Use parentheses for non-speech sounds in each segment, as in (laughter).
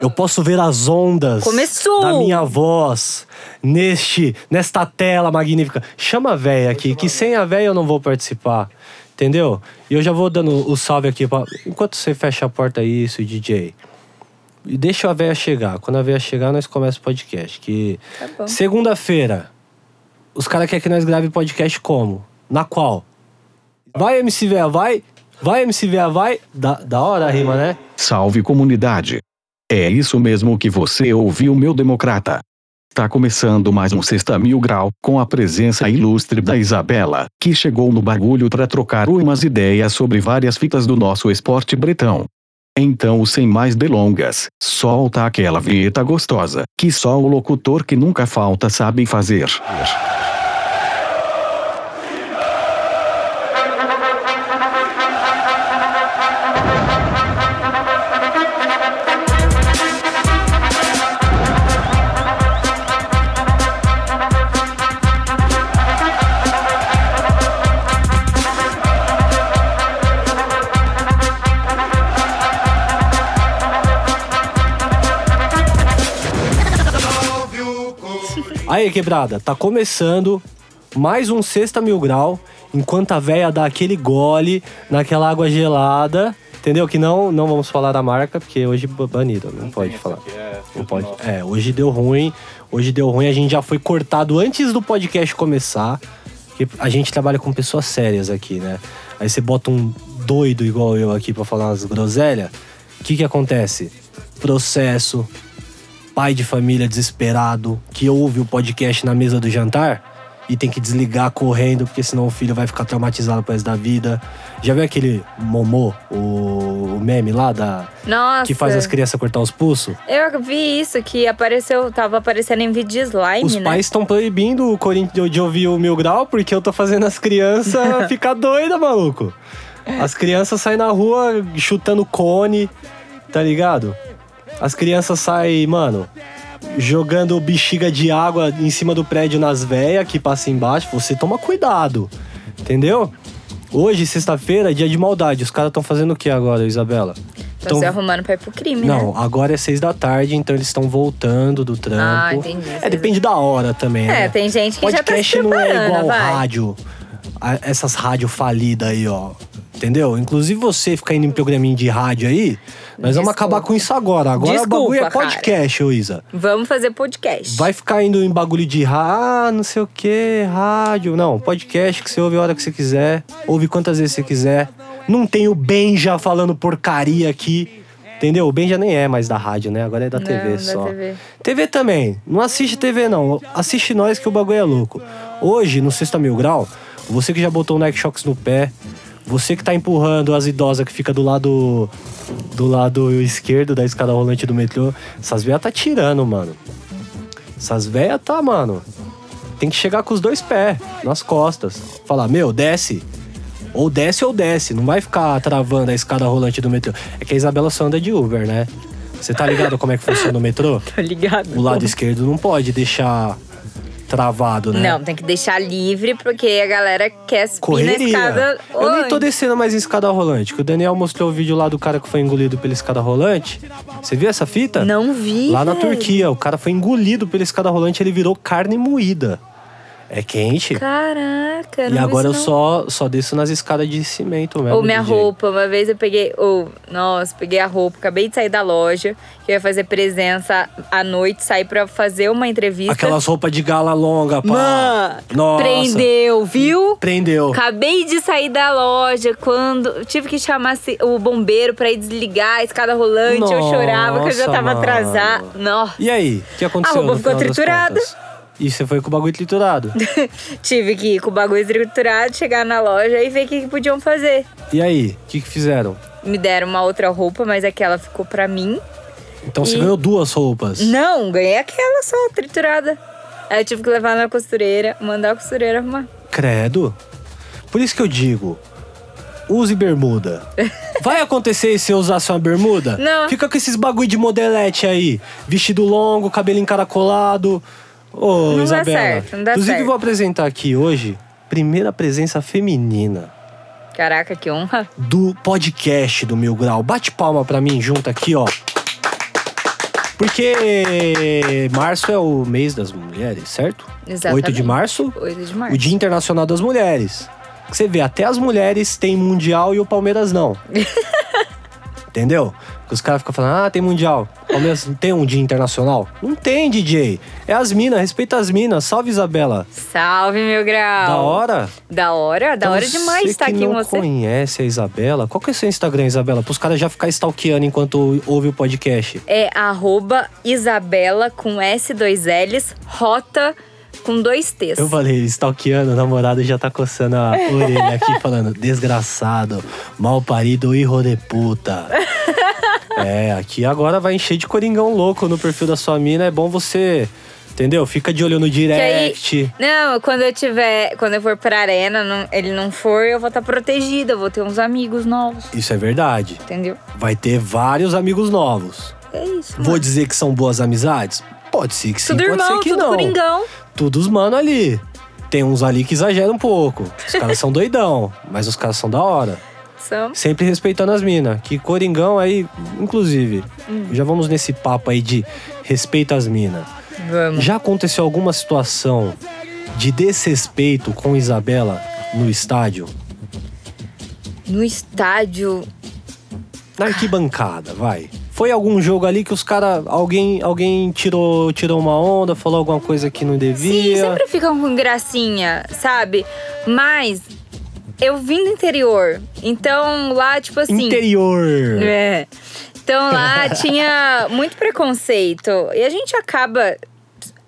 Eu posso ver as ondas Começou! da minha voz neste nesta tela magnífica. Chama a véia aqui, que sem a véia eu não vou participar. Entendeu? E eu já vou dando o salve aqui. Pra... Enquanto você fecha a porta aí, isso, DJ. E deixa a véia chegar. Quando a véia chegar, nós começa o podcast. Que Tá bom. segunda-feira, os caras querem que nós grave podcast como? Na qual? Vai, MC Véia, vai! Vai, MC Véia, vai! Da, da hora a rima, né? Salve comunidade! É isso mesmo que você ouviu, meu democrata. Tá começando mais um Sexta Mil Grau, com a presença ilustre da Isabela, que chegou no bagulho pra trocar umas ideias sobre várias fitas do nosso esporte bretão. Então, sem mais delongas, solta aquela vinheta gostosa, que só o locutor que nunca falta sabe fazer. Aí, quebrada, tá começando mais um Sexta Mil Grau, enquanto a véia dá aquele gole naquela água gelada, entendeu? Que não, não vamos falar da marca, porque hoje é banido, não, pode falar. não pode. É, hoje deu ruim, hoje deu ruim, a gente já foi cortado antes do podcast começar, porque a gente trabalha com pessoas sérias aqui, né? Aí você bota um doido igual eu aqui pra falar umas groselhas, o que que acontece? Processo, pai de família desesperado que ouve o podcast na mesa do jantar e tem que desligar correndo, porque senão o filho vai ficar traumatizado pro resto da vida. Já viu aquele Momô, o, o meme lá da. Nossa. Que faz as crianças cortar os pulsos? Eu vi isso que apareceu, tava aparecendo em vídeo de slime, Os né? pais estão proibindo o Corinthians de ouvir o Mil Grau, porque eu tô fazendo as crianças ficar doida, maluco. As crianças saem na rua chutando cone, tá ligado? As crianças saem, mano, jogando bexiga de água em cima do prédio nas veias que passa embaixo. Você toma cuidado, entendeu? Hoje, sexta-feira, é dia de maldade. Os caras estão fazendo o que agora, Isabela? Tão se arrumando pra ir pro crime, né? Não, agora é seis da tarde, então eles estão voltando do trampo. Ah, entendi. É, depende da hora também, né? É, tem gente que já tá se Podcast não é preparando, igual vai. rádio. A- Essas rádio falidas aí, ó. Entendeu? Inclusive você fica indo em programinha de rádio aí, nós vamos Desculpa. acabar com isso agora. Agora Desculpa, o bagulho é cara. podcast, ô Isa. Vamos fazer podcast. Vai ficar indo em bagulho de ra- ah, não sei o que, rádio. Não, podcast que você ouve a hora que você quiser, ouve quantas vezes você quiser. Não tem o Benja falando porcaria aqui. Entendeu? O Benja nem é mais da rádio, né? Agora é da Não, TV da só. TV. TV também. Não assiste TV, não. Assiste nós que o bagulho é louco. Hoje, no Sexta Mil Grau, você que já botou o Nike Shox no pé, você que tá empurrando as idosas que fica do lado do lado esquerdo da escada rolante do metrô, essas velhas tá tirando, mano. Essas velhas tá, mano. Tem que chegar com os dois pés nas costas. Falar, meu, desce. Ou desce ou desce. Não vai ficar travando a escada rolante do metrô. É que a Isabela só anda de Uber, né? Você tá ligado como é que funciona o metrô? Tá ligado? O lado esquerdo não pode deixar travado, né? Não, tem que deixar livre, porque a galera quer subir na Correria. escada. Eu nem tô Oi. descendo mais em escada rolante. Que o Daniel mostrou o vídeo lá do cara que foi engolido pela escada rolante. Você viu essa fita? Não vi, Lá na velho. Turquia, o cara foi engolido pela escada rolante, ele virou carne moída. É quente. Caraca, não e vi agora eu isso, não. só, só desço nas escadas de cimento mesmo. Ou minha DJ. roupa, uma vez eu peguei. Ou, nossa, peguei a roupa, acabei de sair da loja, que eu ia fazer presença à noite, saí pra fazer uma entrevista. Aquelas roupas de gala longa, pá. Mã, Nossa. é prendeu, viu? Prendeu. Acabei de sair da loja quando tive que chamar se- o bombeiro pra ir desligar a escada rolante. eu Nossa, chorava que eu já tava mano. atrasada. Nossa. E aí, o que aconteceu? A roupa no ficou final das triturada. contas? E você foi com o bagulho triturado. Tive que ir com o bagulho estruturado, chegar na loja e ver o que, que podiam fazer. E aí, o que, que fizeram? Me deram uma outra roupa, mas aquela ficou pra mim. Então você E- ganhou duas roupas. Não, ganhei aquela só, triturada. Aí eu tive que levar na costureira, mandar a costureira arrumar. Credo. Por isso que eu digo, use bermuda. Vai acontecer se eu usasse uma bermuda? Não. Fica com esses bagulho de modelete aí. Vestido longo, cabelo encaracolado. Ô, Não dá Isabela. certo, não dá Inclusive, certo. vou apresentar aqui hoje, primeira presença feminina Caraca, que honra. do podcast do Mil Grau. Bate palma pra mim junto aqui, ó. Porque março é o mês das mulheres, certo? Exatamente. 8 de março, 8 de março. o Dia Internacional das Mulheres. Você vê, até as mulheres têm mundial e o Palmeiras não. Entendeu? Porque os caras ficam falando, ah, tem mundial. O Palmeiras não tem um dia internacional? Não tem, DJ. É as minas, respeita as minas. Salve, Isabela. Salve, meu grau. Da hora. Da hora, da Então, hora demais você estar que aqui não com você. conhece a Isabela, qual que é o seu Instagram, Isabela? Para os caras já ficar stalkeando enquanto ouve o podcast. É arroba Isabela com S2Ls, rota com dois T's. Eu falei, stalkeando, o namorado já tá coçando (laughs) a orelha aqui, falando, desgraçado, mal parido, irro de (laughs) puta. É, aqui agora vai encher de coringão louco no perfil da sua mina, é bom você, entendeu? Fica de olho no Que aí- direct. Não, quando eu tiver. Quando eu for pra arena, não- ele não for, eu vou estar protegida, eu vou ter uns amigos novos. Isso é verdade. Entendeu? Vai ter vários amigos novos. É isso. Vou dizer que são boas amizades? Pode ser que sim, tudo pode irmão, ser que tudo não. coringão. Tudo os mano ali. Tem uns ali que exageram um pouco. Os caras (laughs) são doidão, mas os caras são da hora. São. Sempre respeitando as minas. Que Coringão aí, inclusive, Hum. já vamos nesse papo aí de respeito às minas. Vamos. Já aconteceu alguma situação de desrespeito com Isabela no estádio? No estádio. Na arquibancada, vai. Foi algum jogo ali que os caras. Alguém, alguém tirou, tirou uma onda, falou alguma coisa que não Sim, devia. sempre ficam com gracinha, sabe? Mas eu vim do interior. Então lá, tipo assim. Interior. É. Então lá tinha muito preconceito. E a gente acaba,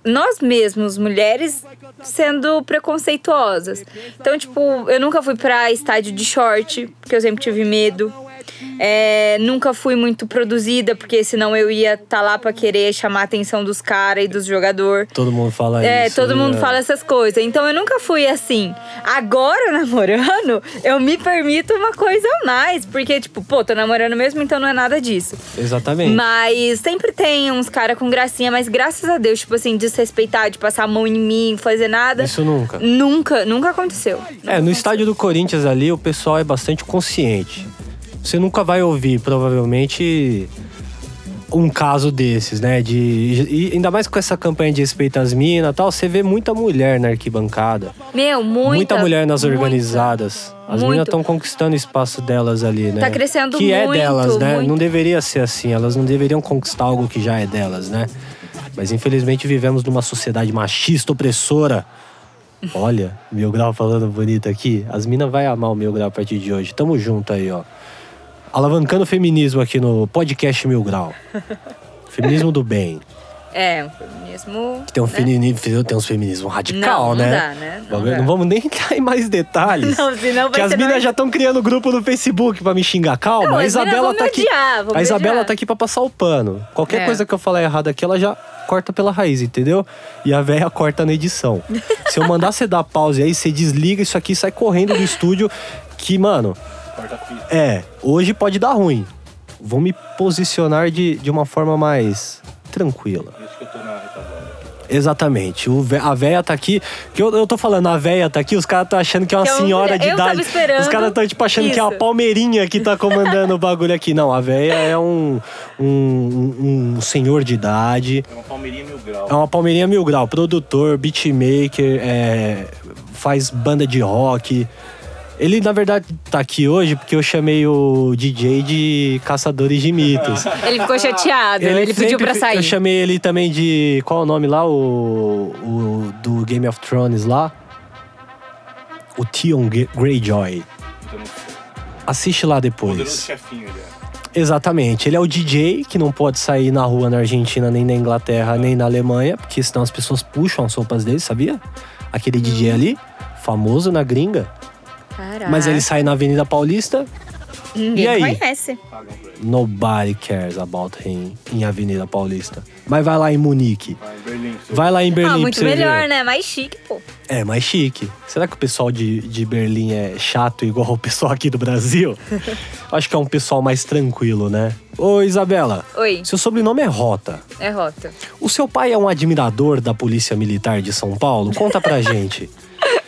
nós mesmos, mulheres, sendo preconceituosas. Então, tipo, eu nunca fui pra estádio de short, porque eu sempre tive medo. É, nunca fui muito produzida, porque senão eu ia estar lá pra querer chamar a atenção dos caras e dos jogador. Todo mundo fala É, isso. todo mundo né? fala essas coisas. Então eu nunca fui assim. Agora, (laughs) namorando, eu me permito uma coisa a mais. Porque, tipo, pô, tô namorando mesmo, então não é nada disso. Exatamente. Mas sempre tem uns caras com gracinha, mas graças a Deus, tipo assim, desrespeitar, de passar a mão em mim, fazer nada. Isso nunca. Nunca, nunca aconteceu. É, no estádio do Corinthians ali o pessoal é bastante consciente. Você nunca vai ouvir, provavelmente, um caso desses, né? De, e ainda mais com essa campanha de respeito às minas e tal, você vê muita mulher na arquibancada. Meu, muita. mulher nas muita. organizadas. As Muito. minas estão conquistando o espaço delas ali, né? Tá crescendo que é muito, delas, né? muito. Não deveria ser assim. Elas não deveriam conquistar algo que já é delas, né? Mas infelizmente vivemos numa sociedade machista, opressora. Olha, meu grau falando bonito aqui. As minas vai amar o meu grau a partir de hoje. Tamo junto aí, ó. Alavancando o feminismo aqui no podcast Mil Grau. Feminismo do bem. É, um feminismo. Tem, um feminismo, tem uns feminismo radical, É. Não, não né? dá, né? Não Bagulho- dá. não vamos nem (laughs) entrar em mais detalhes. Não, senão vai que as ser minas mais- já estão criando grupo no Facebook pra me xingar. Calma, Não, a as minas Isabela vão tá me aqui. odiar, vão a me Isabela odiar. tá aqui pra passar o pano. Qualquer É. coisa que eu falar errado aqui, ela já corta pela raiz, entendeu? E a véia corta na (laughs) edição. Se eu mandar você dar pause aí, você desliga isso aqui, sai correndo do estúdio. Que, mano, é, hoje pode dar ruim. Vou me posicionar de, de uma forma mais tranquila. Exatamente. O vé- a véia tá aqui. Que eu, eu tô falando, a véia tá aqui, os caras estão achando que é uma Que é uma senhora mulher. de Eu tava idade. esperando os caras estão, tipo, achando que é a isso. palmeirinha que tá comandando o bagulho aqui. Não, a véia é um, um, um- um senhor de idade. É uma palmeirinha mil grau. É uma palmeirinha mil grau. Produtor, beatmaker, é, faz banda de rock. Ele, na verdade, tá aqui hoje porque eu chamei o DJ de Caçadores (laughs) de Mitos. Ele ficou chateado, ele, pediu sempre pra fi- sair. Eu chamei ele também de. Qual é o nome lá? O, o do Game of Thrones lá? O Theon Ge- Greyjoy. Então, o Assiste lá poderoso depois. chefinho, ele é. Exatamente. Ele é o DJ, que não pode sair na rua na Argentina, nem na Inglaterra, nem na Alemanha, porque senão as pessoas puxam as roupas dele, sabia? Aquele DJ ali, famoso na gringa. Caraca. Mas ele sai na Avenida Paulista, Ninguém E aí? conhece. Pagam pra ele. nobody cares about him em Avenida Paulista. Mas vai lá em Munique. Vai, Berlim. seu- Vai lá em Berlim ah, pra muito você ver. melhor, né? Mais chique, pô. É, mais chique. Será que o pessoal de, de Berlim é chato igual o pessoal aqui do (laughs) Brasil? Acho que é um pessoal mais tranquilo, né? Ô, Isabela. Oi. Seu sobrenome é Rota. É rota. O seu pai é um admirador da Polícia Militar de São Paulo? Conta (laughs) pra gente.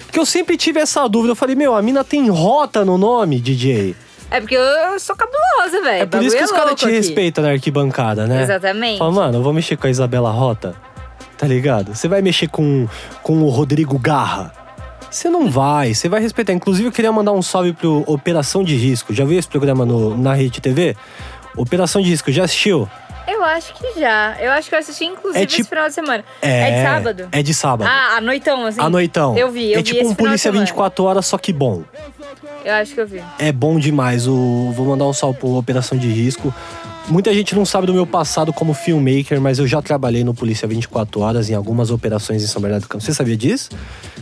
Porque eu sempre tive essa dúvida. Eu falei, meu, a mina tem Rota no nome, DJ. É porque eu sou cabulosa, velho. É por isso que os caras te respeitam. respeitam na arquibancada, né? Exatamente. Fala, mano, eu vou mexer com a Isabela Rota, tá ligado? Você vai mexer com, com o Rodrigo Garra. Você não vai, você vai respeitar. Inclusive, eu queria mandar um salve pro Operação de Risco. Já viu esse programa no, na Rede TV? Operação de Risco, já assistiu? Eu acho que já. Eu acho que eu assisti, inclusive, É tipo- esse final de semana. de sábado? É de sábado. Ah, à noitão, assim. à noitão. Eu vi, eu É vi tipo esse um final de Polícia semana. 24 horas, só que bom. Eu acho que eu vi. É bom demais. O, vou mandar um salve pro Operação de Risco. Muita gente não sabe do meu passado como filmmaker, mas eu já trabalhei no Polícia 24 Horas em algumas operações em São Bernardo do Campo. Você sabia disso?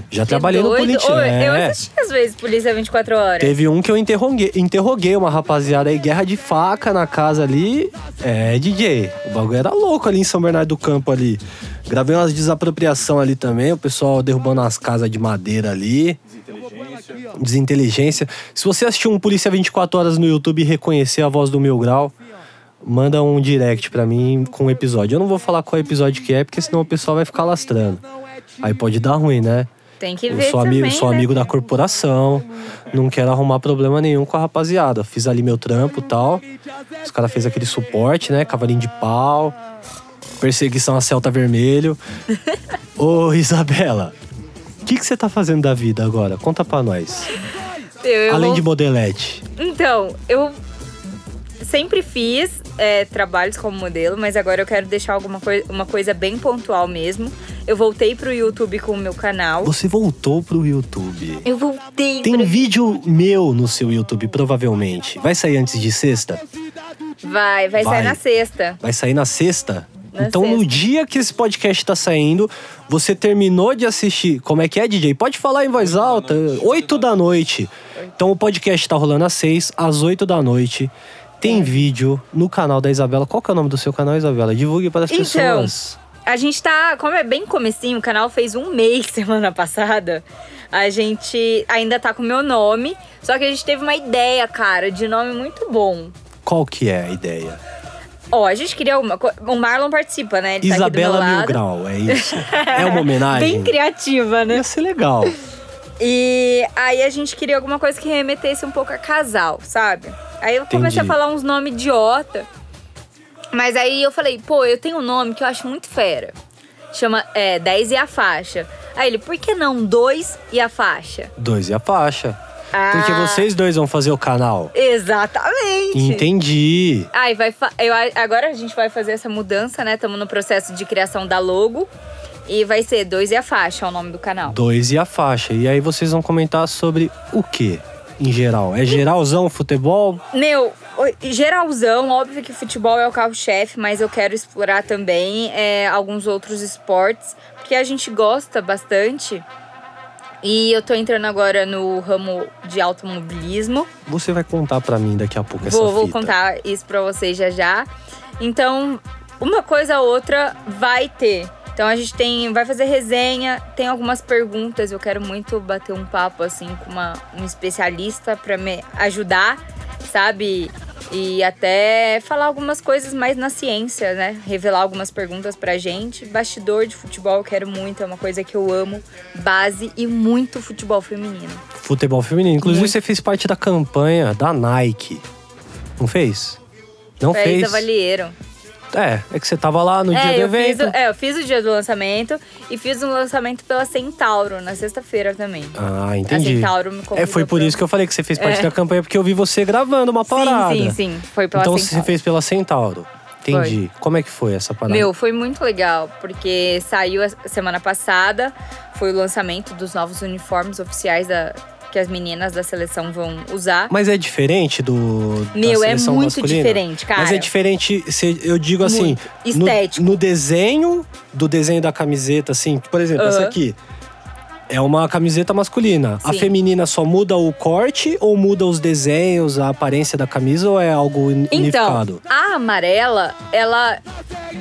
Já trabalhei Que no doido. Polícia. Ô, é. Eu assisti às vezes Polícia 24 Horas. Teve um que eu interroguei, interroguei uma rapaziada aí, guerra de faca na casa ali. É, DJ, o bagulho era louco ali em São Bernardo do Campo ali. Gravei umas desapropriação ali também, o pessoal derrubando as casas de madeira ali. Desinteligência. Desinteligência. Se você assistiu um Polícia 24 Horas no YouTube e reconhecer a voz do Mil Grau, manda um direct pra mim com o episódio. Eu não vou falar qual episódio que é, porque senão o pessoal vai ficar lastrando. Aí pode dar ruim, né? Tem que Eu ver sou também, amigo, sou né? amigo da corporação, não quero arrumar problema nenhum com a rapaziada. Fiz ali meu trampo e tal. Os caras fez aquele suporte, né? Cavalinho de pau, perseguição a Celta (laughs) Vermelho. Ô, Isabela, o que que você tá fazendo da vida agora? Conta pra nós. Eu, eu Além vou- de modelete. Então, eu sempre fiz é, trabalhos como modelo, mas agora eu quero deixar alguma coi uma coisa bem pontual mesmo. Eu voltei pro YouTube com o meu canal. Você voltou pro YouTube. Eu voltei Tem pro... vídeo meu no seu YouTube, provavelmente. Vai sair antes de sexta? Vai, vai, Vai. sair na sexta. Vai sair na sexta? Na então, no sexta. dia que esse podcast tá saindo, você terminou de assistir. Como é que é, DJ? Pode falar em voz alta. Oito da noite. Então, o podcast tá rolando às seis, às oito da noite. É. Tem vídeo no canal da Isabela. Qual que é o nome do seu canal, Isabela? Divulgue para as Então, pessoas. A gente tá, como é bem comecinho, o canal fez um mês (laughs) semana passada. A gente ainda tá com o meu nome, só que a gente teve uma ideia, cara, de nome muito bom. Qual que é a ideia? Ó, a gente queria uma coisa. O Marlon participa, né? Ele Isabela tá aqui do meu lado. Milgrau, é (laughs) isso. É uma homenagem. Bem criativa, né? Ia ser legal. E aí a gente queria alguma coisa que remetesse um pouco a casal, sabe? Aí eu comecei a Entendi. falar uns nomes idiota. Mas aí eu falei, pô, eu tenho um nome que eu acho muito fera. Chama é, 10 e a faixa. Aí ele, por que não 2 e a faixa? Dois e a faixa. Ah. Porque vocês dois vão fazer o canal. Exatamente. Entendi. Aí vai fa- eu, a- agora a gente vai fazer essa mudança, né? Estamos no processo de criação da logo. E vai ser 2 e a faixa é o nome do canal. Dois e a faixa. E aí vocês vão comentar sobre o que em geral? É geralzão futebol? Meu, o- geralzão, óbvio que futebol é o carro-chefe, mas eu quero explorar também é, alguns outros esportes, porque a gente gosta bastante. E eu tô entrando agora no ramo de automobilismo. Você vai contar pra mim daqui a pouco essa vou, vou fita. contar isso pra vocês já já. Então, uma coisa ou outra vai ter. Então a gente tem, vai fazer resenha, tem algumas perguntas. Eu quero muito bater um papo assim com uma, um especialista pra me ajudar, sabe? E até falar algumas coisas mais na ciência, né? Revelar algumas perguntas pra gente. Bastidor de futebol eu quero muito, é uma coisa que eu amo. Base e muito futebol feminino. Futebol feminino. Inclusive, Muito. você fez parte da campanha da Nike. Não fez? Não Fez fez? avalieiro. É, é que você tava lá no dia do eu evento. Fiz o, é, eu fiz o dia do lançamento e fiz um lançamento pela Centauro na sexta-feira também. Ah, entendi. A Centauro me convidou É, foi por pra- isso que eu falei que você fez parte da campanha, porque eu vi você gravando uma parada. É. Sim, assim, sim, sim. Foi pela então Centauro. você fez pela Centauro. Entendi. Como é que foi essa parada? Meu, foi muito legal, porque saiu a semana passada, foi o lançamento dos novos uniformes oficiais da, que as meninas da seleção vão usar. Mas é diferente do. da Meu, é seleção muito masculina? diferente, cara. Mas é diferente, se- eu digo assim. Muito. no- Estético. No, desenho, do desenho da camiseta, assim, por exemplo, essa Aham. aqui. É uma camiseta masculina. A Sim. feminina só muda o corte ou muda os desenhos, a aparência da camisa ou é algo uni- unificado? Então, a amarela, ela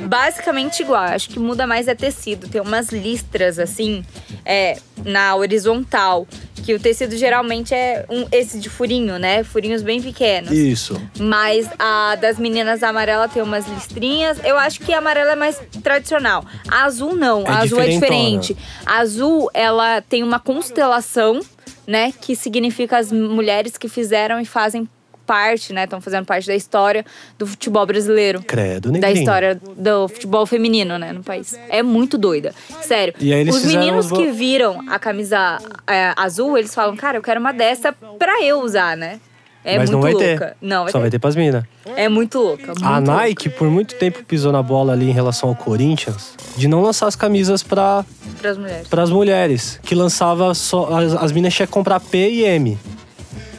basicamente igual. Acho que muda mais é tecido. Tem umas listras assim, é, na horizontal. Que o tecido geralmente é um, esse de furinho, né? Furinhos bem pequenos. Isso. Mas a das meninas amarela tem umas listrinhas. Eu acho que a amarela é mais tradicional. A azul não, É a azul é diferentona. diferente. A azul, ela tem uma constelação, né? Que significa as mulheres que fizeram e fazem parte, né? Estão fazendo parte da história do futebol brasileiro. Credo, nem da história do futebol feminino, né, no país. É muito doida. Sério. E aí eles Os fizeram meninos os vo- que viram a camisa é, azul, eles falam, cara, eu quero uma dessa pra eu usar, né? É Mas muito não vai louca. ter. Não, vai Só ter. vai ter Ah, pras minas. É muito louca. Muito A louca. Nike, por muito tempo, pisou na bola ali em relação ao Corinthians de não lançar as camisas pra, Pras mulheres. pras mulheres, que lançava só. As, as minas tinham que comprar P e M.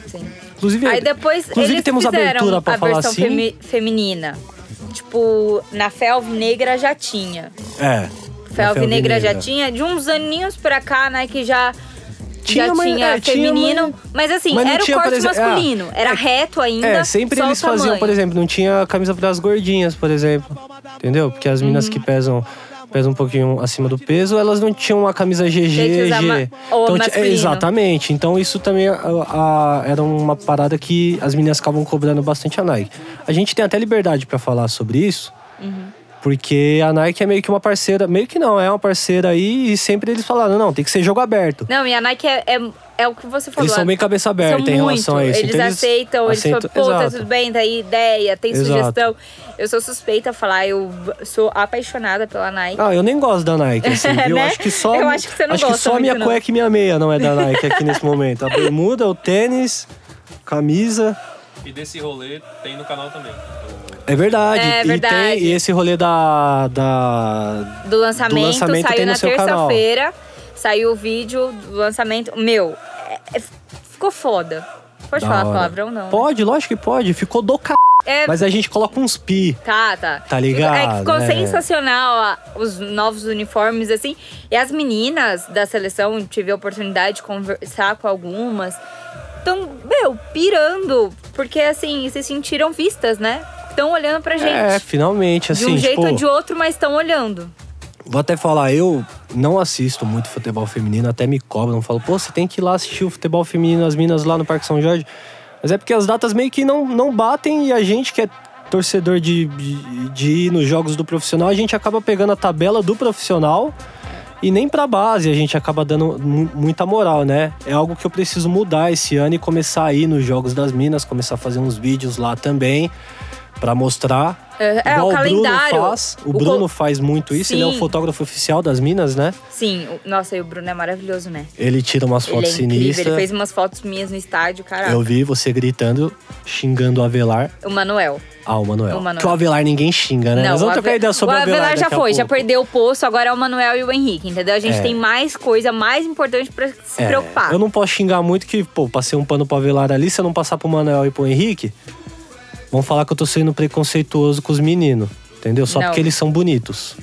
Sim. Inclusive, Aí depois inclusive eles temos fizeram abertura pra a falar versão assim. femi- feminina. Tipo, na Felve Negra já tinha. É. na Felve Negra já tinha. De uns aninhos pra cá, né, que já... Tinha, já mas- tinha é, tinha, feminino, mas- mas, assim, mas não era o tinha, por corte exemplo- ah, masculino. era reto ainda. É, sempre só o eles faziam, tamanho. por exemplo, não tinha camisa pras gordinhas, por exemplo. Entendeu? Porque as Uhum. minas que pesam. pesam um pouquinho acima do peso, elas não tinham uma camisa GG. Tinha que usar G. ma- ou ti- é, masculino. exatamente. Então isso também a- a- era uma parada que as meninas ficavam cobrando bastante a Nike. A gente tem até liberdade pra falar sobre isso. Uhum. Porque a Nike é meio que uma parceira, meio que não, é uma parceira aí e sempre eles falaram, não, tem que ser jogo aberto. Não, e a Nike é, é, é o que você falou. Eles são bem cabeça aberta São em relação muito. a isso. Eles Então, aceitam, eles aceitam- falam, pô, tá exato. tudo bem, tá aí ideia, tem Exato. sugestão. Eu sou suspeita a falar, eu sou apaixonada pela Nike. Ah, eu nem gosto da Nike, (laughs) assim, viu? Né? Acho que só. Eu acho que você não gosta só a minha muito, não. cueca e minha meia não é da Nike aqui (laughs) nesse momento. A bermuda, o tênis, camisa. E desse rolê tem no canal também. É verdade. É E tem- verdade. E, esse rolê da. da... do lançamento, Do lançamento tem saiu no na seu canal. terça-feira. Saiu o vídeo do lançamento. Meu, é- é- ficou foda. Pode da falar hora. palavrão, não? né? Pode, lógico que pode. Ficou do c. É, Mas a gente coloca uns pi. Tá, tá. Tá ligado, É que ficou né? sensacional ó, os novos uniformes, assim. E as meninas da seleção, tive a oportunidade de conversar com algumas. Estão, meu, pirando. Porque, assim, se sentiram vistas, né? Estão olhando pra gente. É, finalmente, assim. de um jeito tipo, ou de outro, mas estão olhando. Vou até falar, eu não assisto muito futebol feminino, até me cobram, falam, pô, você tem que ir lá assistir o futebol feminino, as minas lá no Parque São Jorge. Mas é porque as datas meio que não, não batem e a gente que é torcedor de, de, de ir nos jogos do profissional, a gente acaba pegando a tabela do profissional e nem pra base a gente acaba dando mu- muita moral, né? É algo que eu preciso mudar esse ano e começar a ir nos jogos das minas, começar a fazer uns vídeos lá também pra mostrar É, é, Igual o calendário. Bruno faz. O, co- Bruno faz muito isso, ele é o Sim. fotógrafo oficial das minas, né? Sim, o- nossa, e o Bruno é maravilhoso, né? Ele tira umas Ele é fotos incrível. Ele sinistras. fez umas fotos minhas no estádio, caraca. Eu vi você gritando, xingando o Avelar O Manuel. ao Manuel. O Manuel. Que o Avelar ninguém xinga, né? Nós vamos o trocar Ave- ideia sobre o o Avelar. já daqui a foi, já pouco. perdeu o posto, agora é o Manuel e o Henrique, entendeu? A gente É. tem mais coisa, mais importante pra se É, preocupar. Eu não posso xingar muito que, pô, passei um pano pro Avelar ali, se eu não passar pro Manuel e pro Henrique, vão falar que eu tô sendo preconceituoso com os meninos, entendeu? Só Não. porque eles são bonitos,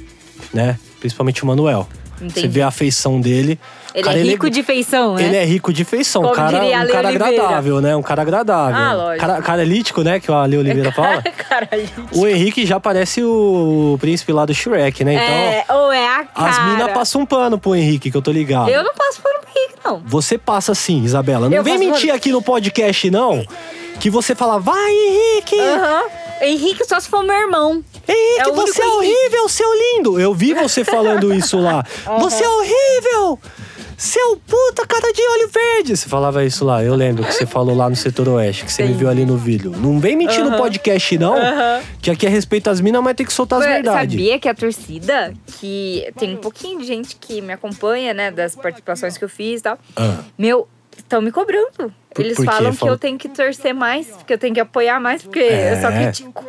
né? Principalmente o Manuel. Você Entendi. vê a feição dele. Ele Cara, é rico de feição, né? Ele é rico de feição, um Como cara, diria a um Lê cara Oliveira. agradável, né? Um cara agradável. Ah, lógico. Cara, caralítico, né? Que o Ale Oliveira (laughs) fala. Caralho. O Henrique já parece o príncipe lá do Shrek, né? Então, é, ou é a cara. as minas passam um pano pro Henrique, que eu tô ligado. Eu não passo pano pro Henrique, não. Você passa sim, Isabela. Não Eu vem passo mentir pano. aqui no podcast, não. Que você fala, vai, Henrique! Aham. Henrique só se for meu irmão. Henrique, É o você é único Henrique. horrível, seu lindo! Eu vi você falando isso (laughs) lá. Você é horrível! Seu puta cara de olho verde! Você falava isso lá, eu lembro que você falou lá no setor oeste, que você me viu ali no vídeo. Não vem mentir no podcast, não, que aqui é respeito às minas, mas tem que soltar as Ué, verdades. Sabia que a torcida, que tem um pouquinho de gente que me acompanha, né, das participações que eu fiz e tal. Ah. Meu, estão me cobrando. Por- Eles por quê? falam que Fala- eu tenho que torcer mais, que eu tenho que apoiar mais, porque eu só É. critico.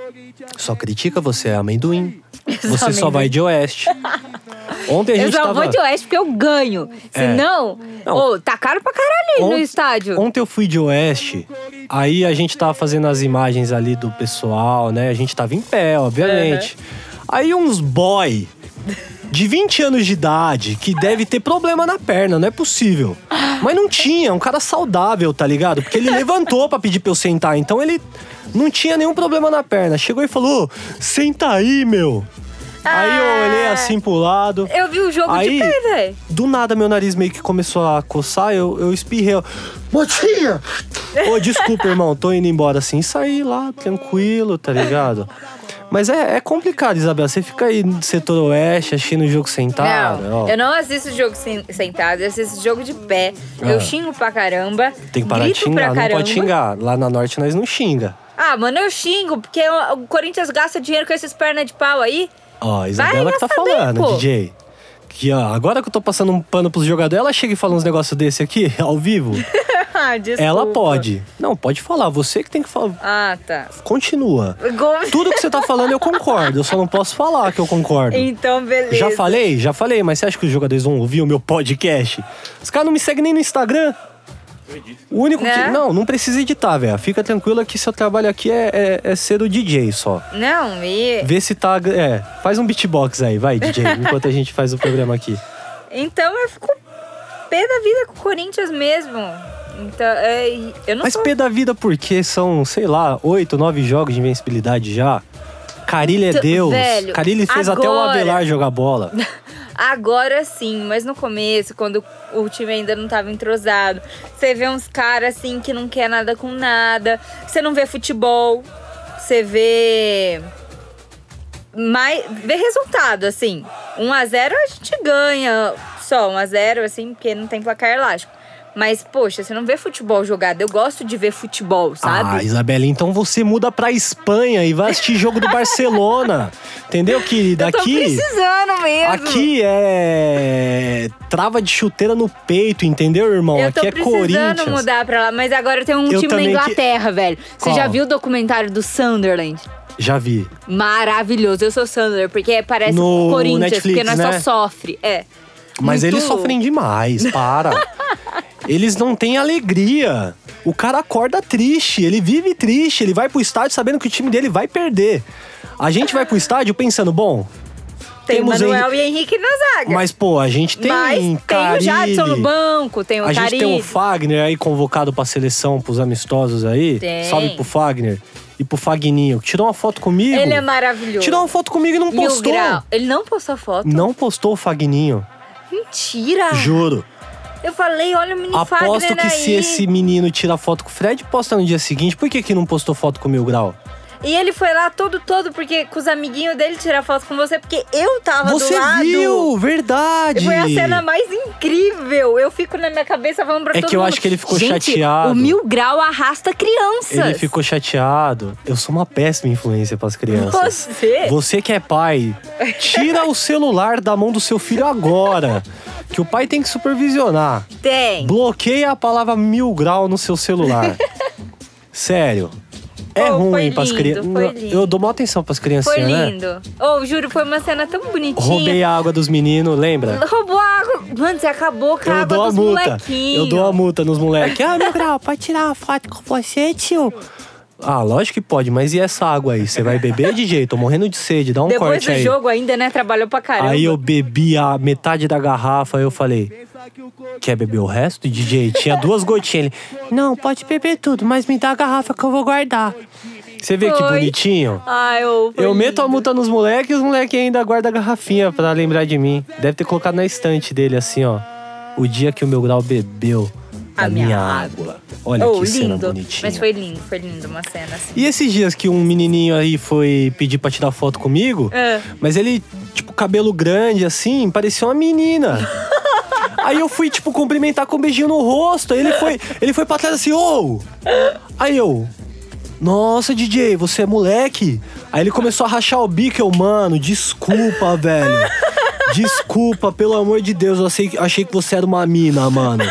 Só critica, você é (laughs) amendoim. Você só amendoim. vai de oeste. Ontem a Eu gente só tava... vou de oeste porque eu ganho. É. Senão, Não. ô, tá caro pra caralho ir no Ont- estádio. Ontem eu fui de Oeste, aí a gente tava fazendo as imagens ali do pessoal, né? A gente tava em pé, obviamente. Aí uns boy de 20 anos de idade que deve ter problema na perna, não é possível. Mas não tinha, um cara saudável, tá ligado? Porque ele levantou pra pedir pra eu sentar, então ele não tinha nenhum problema na perna. Chegou e falou: "Senta aí, meu". Aí eu olhei assim pro lado. Ah. Eu vi o jogo Aí- de pé, velho. Do nada, meu nariz meio que começou a coçar, eu, eu espirrei. eu, Motinha! Ô, desculpa, irmão, tô indo embora assim. Saí lá, tranquilo, tá ligado? Mas é, é complicado, Isabel. Você fica aí no setor oeste, assistindo o jogo sentado. Não, ó. eu não assisto jogo sen- sentado, eu assisto jogo de pé. Ah. Eu xingo pra caramba. Tem que parar de grito xingar, pra não caramba. pode xingar. Lá na norte nós não xinga. Ah, mano, eu xingo, porque o o Corinthians gasta dinheiro com esses pernas de pau aí. Ó, a Isabela que tá gastar falando, tempo. DJ. Que ó, agora que eu tô passando um pano pros jogadores, ela chega e fala uns negócios desse aqui, (laughs) ao vivo. Ah, desculpa. ela pode. Não, pode falar. Você que tem que falar. Ah, tá. Continua. Go- Tudo que você tá falando eu concordo. Eu só não posso falar que eu concordo. Então, beleza. Já falei, já falei, mas você acha que os jogadores vão ouvir o meu podcast? Os caras não me seguem nem no Instagram. O único Né? que. Não, não precisa editar, velho. Fica tranquila que seu trabalho aqui é, é, é ser o DJ só. Não, e. Vê se tá. É, faz um beatbox aí, vai, DJ, (laughs) enquanto a gente faz o programa aqui. Então eu fico pé da vida com o Corinthians mesmo. Então, é, e eu não Mas sou- pé da vida, porque são, sei lá, oito, nove jogos de invencibilidade já. Carilho é Então, Deus. velho, Carilho fez até o agora- Avelar jogar bola. (laughs) Agora sim, mas no começo, quando o time ainda não tava entrosado, você vê uns caras assim que não quer nada com nada, você não vê futebol, você vê. Mas vê resultado, assim. 1x0 a gente ganha só 1x0, assim, porque não tem placar elástico. Mas, poxa, você não vê futebol jogado. Eu gosto de ver futebol, sabe? Ah, Isabela, então você muda pra Espanha e vai assistir jogo do (laughs) Barcelona. Entendeu, querida? eu tô Aqui. precisando mesmo. Aqui é. Trava de chuteira no peito, entendeu, irmão? Eu tô aqui é precisando Corinthians. mudar pra lá, mas agora tem um Eu time na também que- Inglaterra, velho. Você Qual? já viu o documentário do Sunderland? Já vi. Maravilhoso. Eu sou Sunderland, porque parece No o Corinthians, Netflix, porque nós né? só sofre. É. Mas Muito eles sofrem demais, (laughs) para. eles não têm alegria. O cara acorda triste, ele vive triste, ele vai pro estádio sabendo que o time dele vai perder. A gente vai pro estádio pensando, bom, Tem o temos Manuel e Henrique na zaga. mas pô, a gente tem É. Mas tem o Carille, Jadson no banco, tem o A gente tem o Carilli. Fagner aí convocado pra seleção, pros amistosos aí. Tem. Salve pro Fagner e pro Fagninho, que tirou uma foto comigo. Ele é maravilhoso. Tirou uma foto comigo e não Mil postou. grau. Ele não postou foto? Não postou o Fagninho, Mentira! juro. Eu falei, olha o menino Aposto Ah, Fagner que aí. se esse menino tira foto com o Fred, posta no dia seguinte. Por que que não postou foto com o Mil Grau? E ele foi lá todo, todo, porque com os amiguinhos dele tirar foto com você, porque eu tava Você do lado. viu, verdade. Foi a cena mais incrível. Eu fico na minha cabeça falando pra É todo que eu mundo, acho que ele ficou "Gente, chateado." O mil grau arrasta crianças. Ele ficou chateado. Eu sou uma péssima influência pras crianças. Você? Você que é pai, tira o celular da mão do seu filho agora. Que o pai tem que supervisionar. Tem. Bloqueia a palavra mil grau no seu celular. Sério. É Oh, foi ruim pras lindo, crianças. foi lindo. Eu dou maior atenção pras crianças, Foi né? lindo. Oh, juro, foi uma cena tão bonitinha. Roubei a água dos meninos, lembra? Roubou a água. Mano, você acabou com a Eu água dou a dos multa. molequinhos. Eu dou a multa nos moleques. Ah, meu grau, pode tirar uma foto com você, tio? Ah, lógico que pode, mas e essa água aí? Você vai beber, DJ? Tô morrendo de sede, dá um Depois corte do aí. jogo ainda, né? Trabalhou pra caramba. Aí eu bebi a metade da garrafa, aí eu falei, quer beber o resto, DJ? Tinha duas gotinhas. Ele, não, pode beber tudo, mas me dá a garrafa que eu vou guardar. Você vê que Foi. bonitinho? Ai, ô, foi Eu lindo. meto a multa nos moleques e os moleques ainda guardam a garrafinha pra lembrar de mim. Deve ter colocado na estante dele assim, ó. O dia que o meu grau bebeu A a, minha, minha água. Olha Oh, que cena lindo. bonitinha. Mas foi lindo, foi lindo uma cena assim. E esses dias que um menininho aí foi pedir pra tirar foto comigo, É. mas ele, tipo, cabelo grande assim, parecia uma menina. aí eu fui, tipo, cumprimentar com um beijinho no rosto. Aí ele foi, ele foi pra trás assim, ô! Aí eu. Nossa, DJ, você é moleque? Aí ele começou a rachar o bico, eu, mano, desculpa, (laughs) velho. Desculpa, pelo amor de Deus, eu achei, achei que você era uma mina, mano.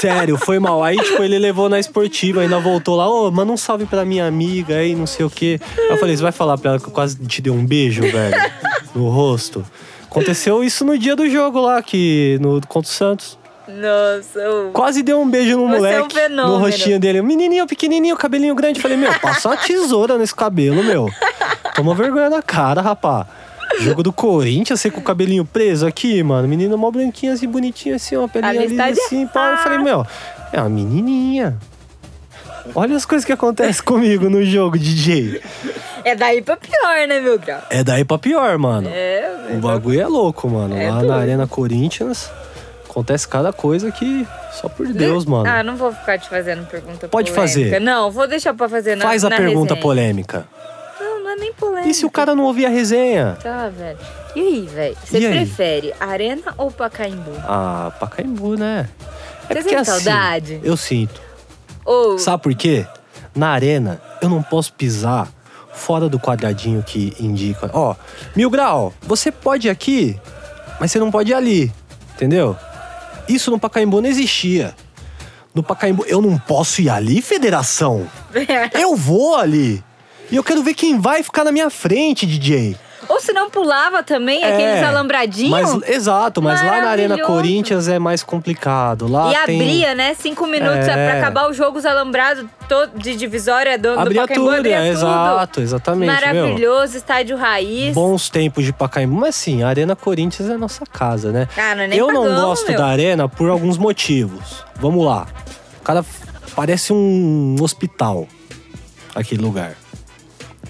Sério, foi mal. Aí, tipo, ele levou na esportiva, ainda voltou lá, ô, manda um salve pra minha amiga aí, não sei o quê. Aí eu falei, você vai falar pra ela que eu quase te dei um beijo, velho, no rosto? Aconteceu isso no dia do jogo lá, que no contra o Santos. Nossa, ô. Quase deu um beijo no Você é um moleque, no fenômeno. rostinho dele. Menininho, pequenininho, cabelinho grande. Falei, meu, passa uma tesoura nesse cabelo, meu. Toma vergonha na cara, rapá. Jogo do Corinthians, você com o cabelinho preso aqui, mano. Menina mó branquinha, assim, bonitinha, assim, uma pelinha Ali ali, está de assim. Pá. Eu falei, meu, é uma menininha. Olha as coisas que acontecem comigo no jogo, DJ. É daí pra pior, né, meu grau? É daí pra pior, mano. É, O bagulho é louco, mano. É Lá doido. na Arena Corinthians, acontece cada coisa que só por Deus, mano. Ah, não vou ficar te fazendo pergunta Pode polêmica. fazer. Não, vou deixar pra fazer na Faz a na pergunta resenha. polêmica. Não, não é é nem polêmica. E se o cara não ouvir a resenha? Tá, velho. E aí, velho? Você E aí? prefere Arena ou Pacaembu? Ah, Pacaembu, né? assim, Você sente saudade? Eu sinto. Ou Sabe por quê? Na arena, eu não posso pisar fora do quadradinho que indica. Ó, Mil Grau, você pode ir aqui, mas você não pode ir ali. Entendeu? Isso no Pacaembu não existia. No Pacaembu, eu não posso ir ali, (laughs) federação. Eu vou ali. E eu quero ver quem vai ficar na minha frente, DJ. Ou se não pulava também, aqueles alambradinhos. É, Mas, exato, mas lá na Arena Maravilhoso. Corinthians é mais complicado. Lá e tem... abria, né? Cinco minutos É. é, pra acabar o jogo, os alambrados to- de divisória do, do Abria Pacaembu. tudo, abria é, exato, exatamente, meu. Maravilhoso, estádio raiz. Bons tempos de Pacaembu, mas sim, a Arena Corinthians é a nossa casa, né? Ah, não é nem Eu não pagão, gosto meu. da Arena por alguns motivos. Vamos lá. O cara f- parece um hospital, aquele lugar.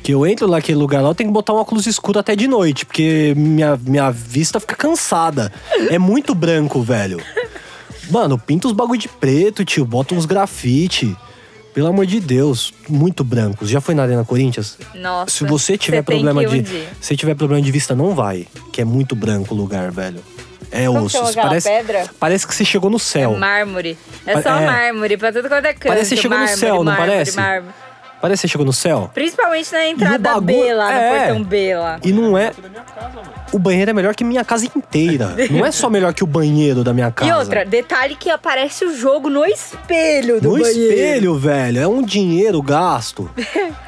Que eu entro lá naquele lugar lá, eu tenho que botar um óculos escuro até de noite, porque minha, minha vista fica cansada. É muito branco, velho. Mano, pinta os bagulho de preto, tio, bota uns grafite. Pelo amor de Deus, muito brancos. Já foi na Arena Corinthians? Nossa. Se você tiver você tem problema que ir um de. dia. Se tiver problema de vista, não vai. Que é muito branco o lugar, velho. É Como osso. chama aquela Parece, pedra? parece que você chegou no É céu. mármore. É Pa- só é. mármore, pra tudo quanto é canto. Parece que chegou no mármore, céu, não mármore, parece? Mármore. Parece que você chegou no céu. Principalmente na o entrada bagulho- B lá, no é. portão B lá. E não é. da minha casa, mano. O banheiro é melhor que minha casa inteira. não é só melhor que o banheiro da minha casa. E outra, detalhe que aparece o jogo no espelho do No banheiro. espelho, velho. É um dinheiro (laughs) gasto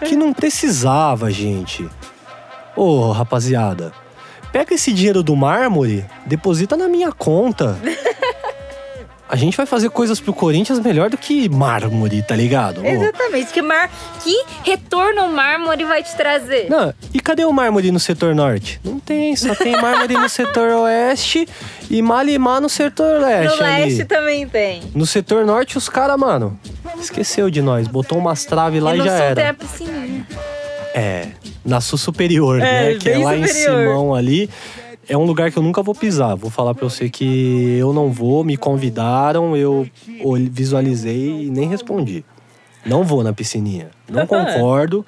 que não precisava, gente. Ô, rapaziada. Pega esse dinheiro do mármore, deposita na minha (laughs) conta. A gente vai fazer coisas pro Corinthians melhor do que mármore, tá ligado? Ô. Exatamente. Que, mar... que retorno o mármore vai te trazer? Não, e cadê o mármore no setor norte? Não tem, só tem mármore no (laughs) setor oeste e malimar no setor leste. no ali. leste também tem. No setor norte, os caras, mano, esqueceu de nós. Botou umas traves lá e e, no já sul era. tem a piscininha. É, na Sul Superior, né? Que é bem lá em superior. Simão ali. É um lugar que eu nunca vou pisar. Vou falar pra você que eu não vou, me convidaram, eu ol- visualizei e nem respondi. Não vou na piscininha. (laughs) Não concordo.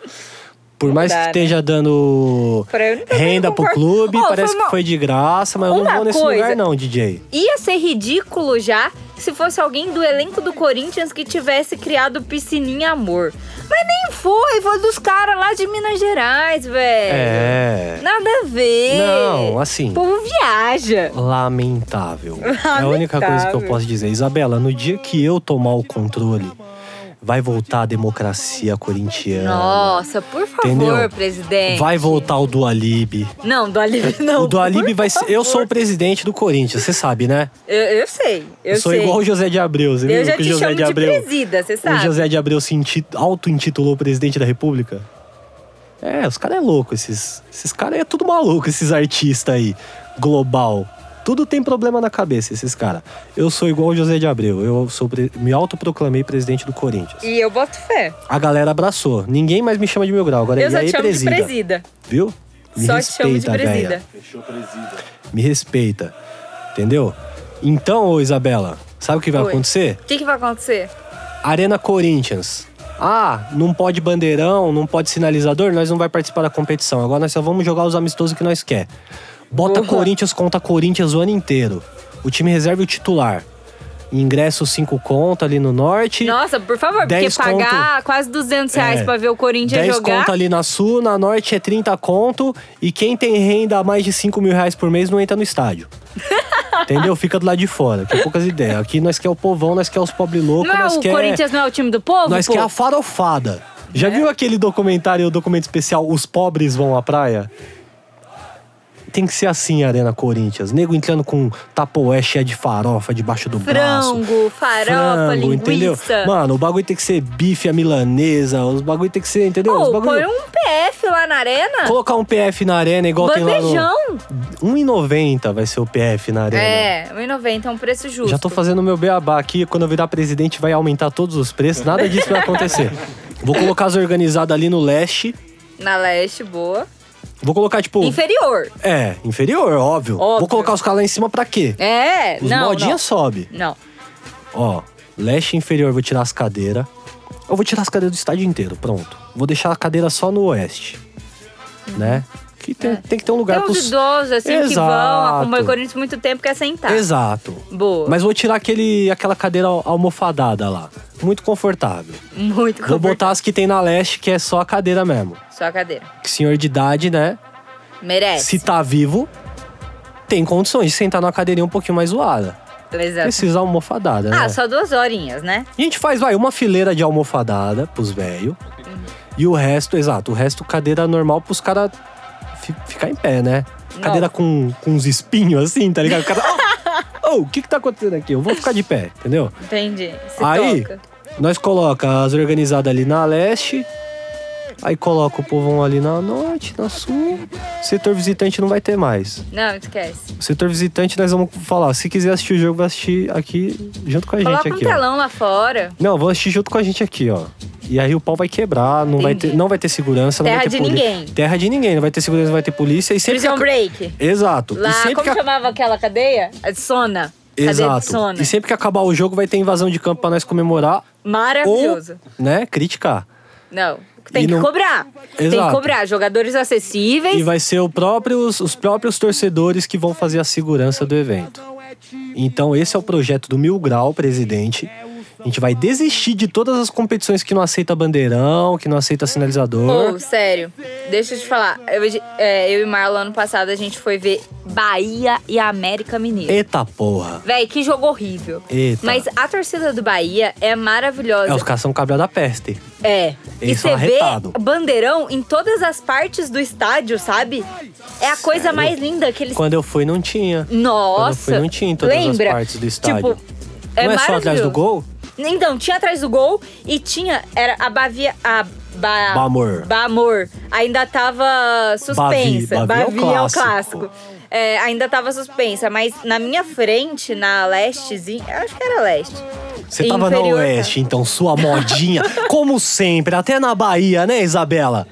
Por mais dá, que né? esteja dando Pra eu também renda não pro concordo. clube, Ó, foi parece uma- que foi de graça, mas eu não Uma vou nesse coisa- lugar não, DJ. Ia ser ridículo já se fosse alguém do elenco do Corinthians que tivesse criado piscininha amor. Mas nem foi, foi dos caras lá de Minas Gerais, velho. É. Nada a ver. Não, assim. O povo viaja. Lamentável. É a única coisa que eu Lamentável. posso dizer. Isabela, no dia que eu tomar o controle, vai voltar a democracia corintiana. Nossa, por favor, É. Entendeu? presidente. Vai voltar o Dualib. Não, do Alibe (laughs) não. O Dualib por vai ser. Eu sou o presidente do Corinthians, você sabe, né? Eu, eu sei, eu sou sei. igual o José de Abreu. Você Eu viu já que te o José de chamo de Abreu. presida, você o sabe? José de Abreu se inti- auto-intitulou presidente da República? É, os caras é louco, esses, esses caras é tudo maluco, esses artistas aí, global. Tudo tem problema na cabeça, esses caras. Eu sou igual o José de Abreu, eu sou, pre- me autoproclamei presidente do Corinthians. E eu boto fé. A galera abraçou, ninguém mais me chama de meu grau, agora eu é e só aí te chamo presida, de presida. viu? Me só te chamo de respeita, presida. velha, Fechou presida. me respeita, entendeu? Então, ô Isabela, sabe o que vai Oi. acontecer? O que, que vai acontecer? Arena Corinthians. Ah, não pode bandeirão, não pode sinalizador, nós não vai participar da competição. Agora nós só vamos jogar os amistosos que nós quer. Bota Boa. Corinthians contra Corinthians o ano inteiro. O time reserva e o titular. Ingresso 5 conto ali no norte. Nossa, por favor, porque 10 pagar quase 200 reais É. pra ver o Corinthians 10 jogar. conto ali na sul, na norte é 30 conto. E quem tem renda a mais de 5 mil reais por mês não entra no (laughs) estádio. Entendeu? Fica do lado de fora. Que é poucas ideias. Aqui nós quer o povão, nós quer os pobres loucos, Não é nós o quer... Corinthians não é o time do povo? É. Nós pô? que é a farofada. Já viu aquele documentário, o documento especial Os Pobres Vão à Praia? Tem que ser assim, Arena Corinthians. Nego entrando com tapoé cheia de farofa debaixo do braço. Frango, farofa, Frango, entendeu? linguiça. Mano, o bagulho tem que ser bife à milanesa, os bagulho tem que ser, entendeu? os Ou põe bagulho... um PF lá na arena. Colocar um PF na arena igual tem lá Bandejão. no... 1,90 vai ser o PF na arena. É, 1,90 é um preço justo. Já tô fazendo meu beabá aqui. Quando eu virar presidente, vai aumentar todos os (laughs) preços. Nada disso vai acontecer. Vou colocar as organizadas ali no leste. Na leste, boa. Vou colocar, tipo. Inferior. é, inferior, óbvio. Óbvio. Vou colocar os caras lá em cima pra quê? É, Os não, modinha sobe. não. Não. Ó, leste inferior, vou tirar as cadeiras. Eu vou tirar as cadeiras do estádio inteiro, pronto. Vou deixar a cadeira só no oeste. né? Que tem, tem que ter um lugar Uhum. É. Tem uns pros- idosos, assim, que vão, Exato. acompanham o organismo muito tempo, quer sentar. Exato. Boa. Mas vou tirar aquele, aquela cadeira al- almofadada lá. Muito confortável. Muito Vou confortável. botar as que tem na leste, que é só a cadeira mesmo. Só a cadeira. Que senhor de idade, né? Merece. Se tá vivo, tem condições de sentar numa cadeirinha um pouquinho mais zoada. Exato. Precisa almofadada, né? É. Ah, só duas horinhas, né? A gente faz, vai, uma fileira de almofadada pros velhos. E o resto, exato, o resto cadeira normal pros caras fi, ficar em pé, né? Cadeira com, com uns espinhos assim, tá ligado? O (laughs) cara. Oh, oh, o que que tá acontecendo aqui? Eu vou ficar de pé, entendeu? Entendi. Se aí, toca. nós coloca as organizadas ali na leste. Aí coloca o povão ali na norte, na sul. Setor visitante não vai ter mais. Não, esquece. Setor visitante, nós vamos falar. Se quiser assistir o jogo, vai assistir aqui junto com a Coloca gente um aqui. ó. telão lá fora. Não, vão assistir junto com a gente aqui, ó. E aí o pau vai quebrar, não, vai Entendi. ter, não vai ter segurança, não Terra vai ter de poli- ninguém. Terra de ninguém, não vai ter segurança, não vai ter polícia. E sempre Prison que a- break. Exato. Lá, e sempre como que a- chamava aquela cadeia? A de Sona. Cadeia de Exato. Sona. E sempre que acabar o jogo vai ter invasão de campo pra nós comemorar ou, Maravilhoso. né, criticar. Não. Tem E que não- cobrar. Tem que Exato. cobrar. Jogadores acessíveis. E vai ser o próprios, os próprios torcedores que vão fazer a segurança do evento. Então esse é o projeto do Mil Grau, presidente. A gente vai desistir de todas as competições que não aceita bandeirão, que não aceita sinalizador. Ô, sério, deixa eu te falar. Eu, é, eu e Marlon, ano passado, a gente foi ver Bahia e América Mineira. Eita porra. Véi, que jogo horrível. Eita. Mas a torcida do Bahia é É, os maravilhosa. caras são cabra da peste. É. E Eles você são vê arretado. bandeirão em todas as partes do estádio, sabe? É a coisa mais linda que eles. Quando eu fui, não tinha. Quando eu Nossa! fui, não tinha em todas as lembra? partes do estádio. Tipo, é não é só atrás do maravilhoso. gol? Então, tinha atrás do gol e tinha. Era a Bavia. A ba, Bamor. Bamor. Ainda tava suspensa. Bavi é o Bavi é o clássico. clássico. É, ainda tava suspensa, mas na minha frente, na lestezinha. eu Acho que era leste. Você tava no inferior, tá? Oeste, então, sua (laughs) modinha. Como sempre, até na Bahia, né, Isabela?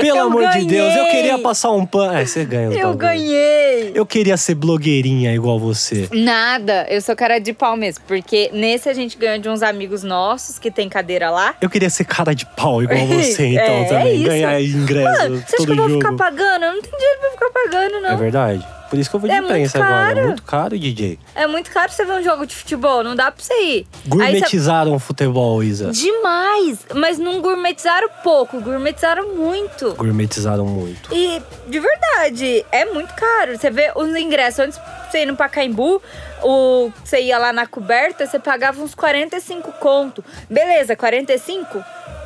Pelo Eu amor de Deus, eu ganhei! queria passar um pano. É, você ganha. o Eu bagulho. ganhei! Eu queria ser blogueirinha igual você. Nada, eu sou cara de pau mesmo, porque nesse a gente ganhou de uns amigos nossos que tem cadeira lá. Eu queria ser cara de pau igual você, então, (laughs) é, também. É isso. Ganhar ingresso Mano, você acha que todo eu vou jogo. ficar pagando? Eu não tenho dinheiro pra ficar pagando, não. É verdade. Por isso que eu vou de É muito imprensa agora. É caro. muito caro, DJ. É muito caro você ver um jogo de futebol, não dá pra você ir. Aí você- Gourmetizaram o futebol, Isa. Demais! Mas não gourmetizaram pouco, gourmetizaram muito. Gourmetizaram muito. E, de verdade, é muito caro. Você vê os ingressos, antes de você ir no Pacaembu, o, você ia lá na coberta, você pagava uns 45 conto. Beleza, 45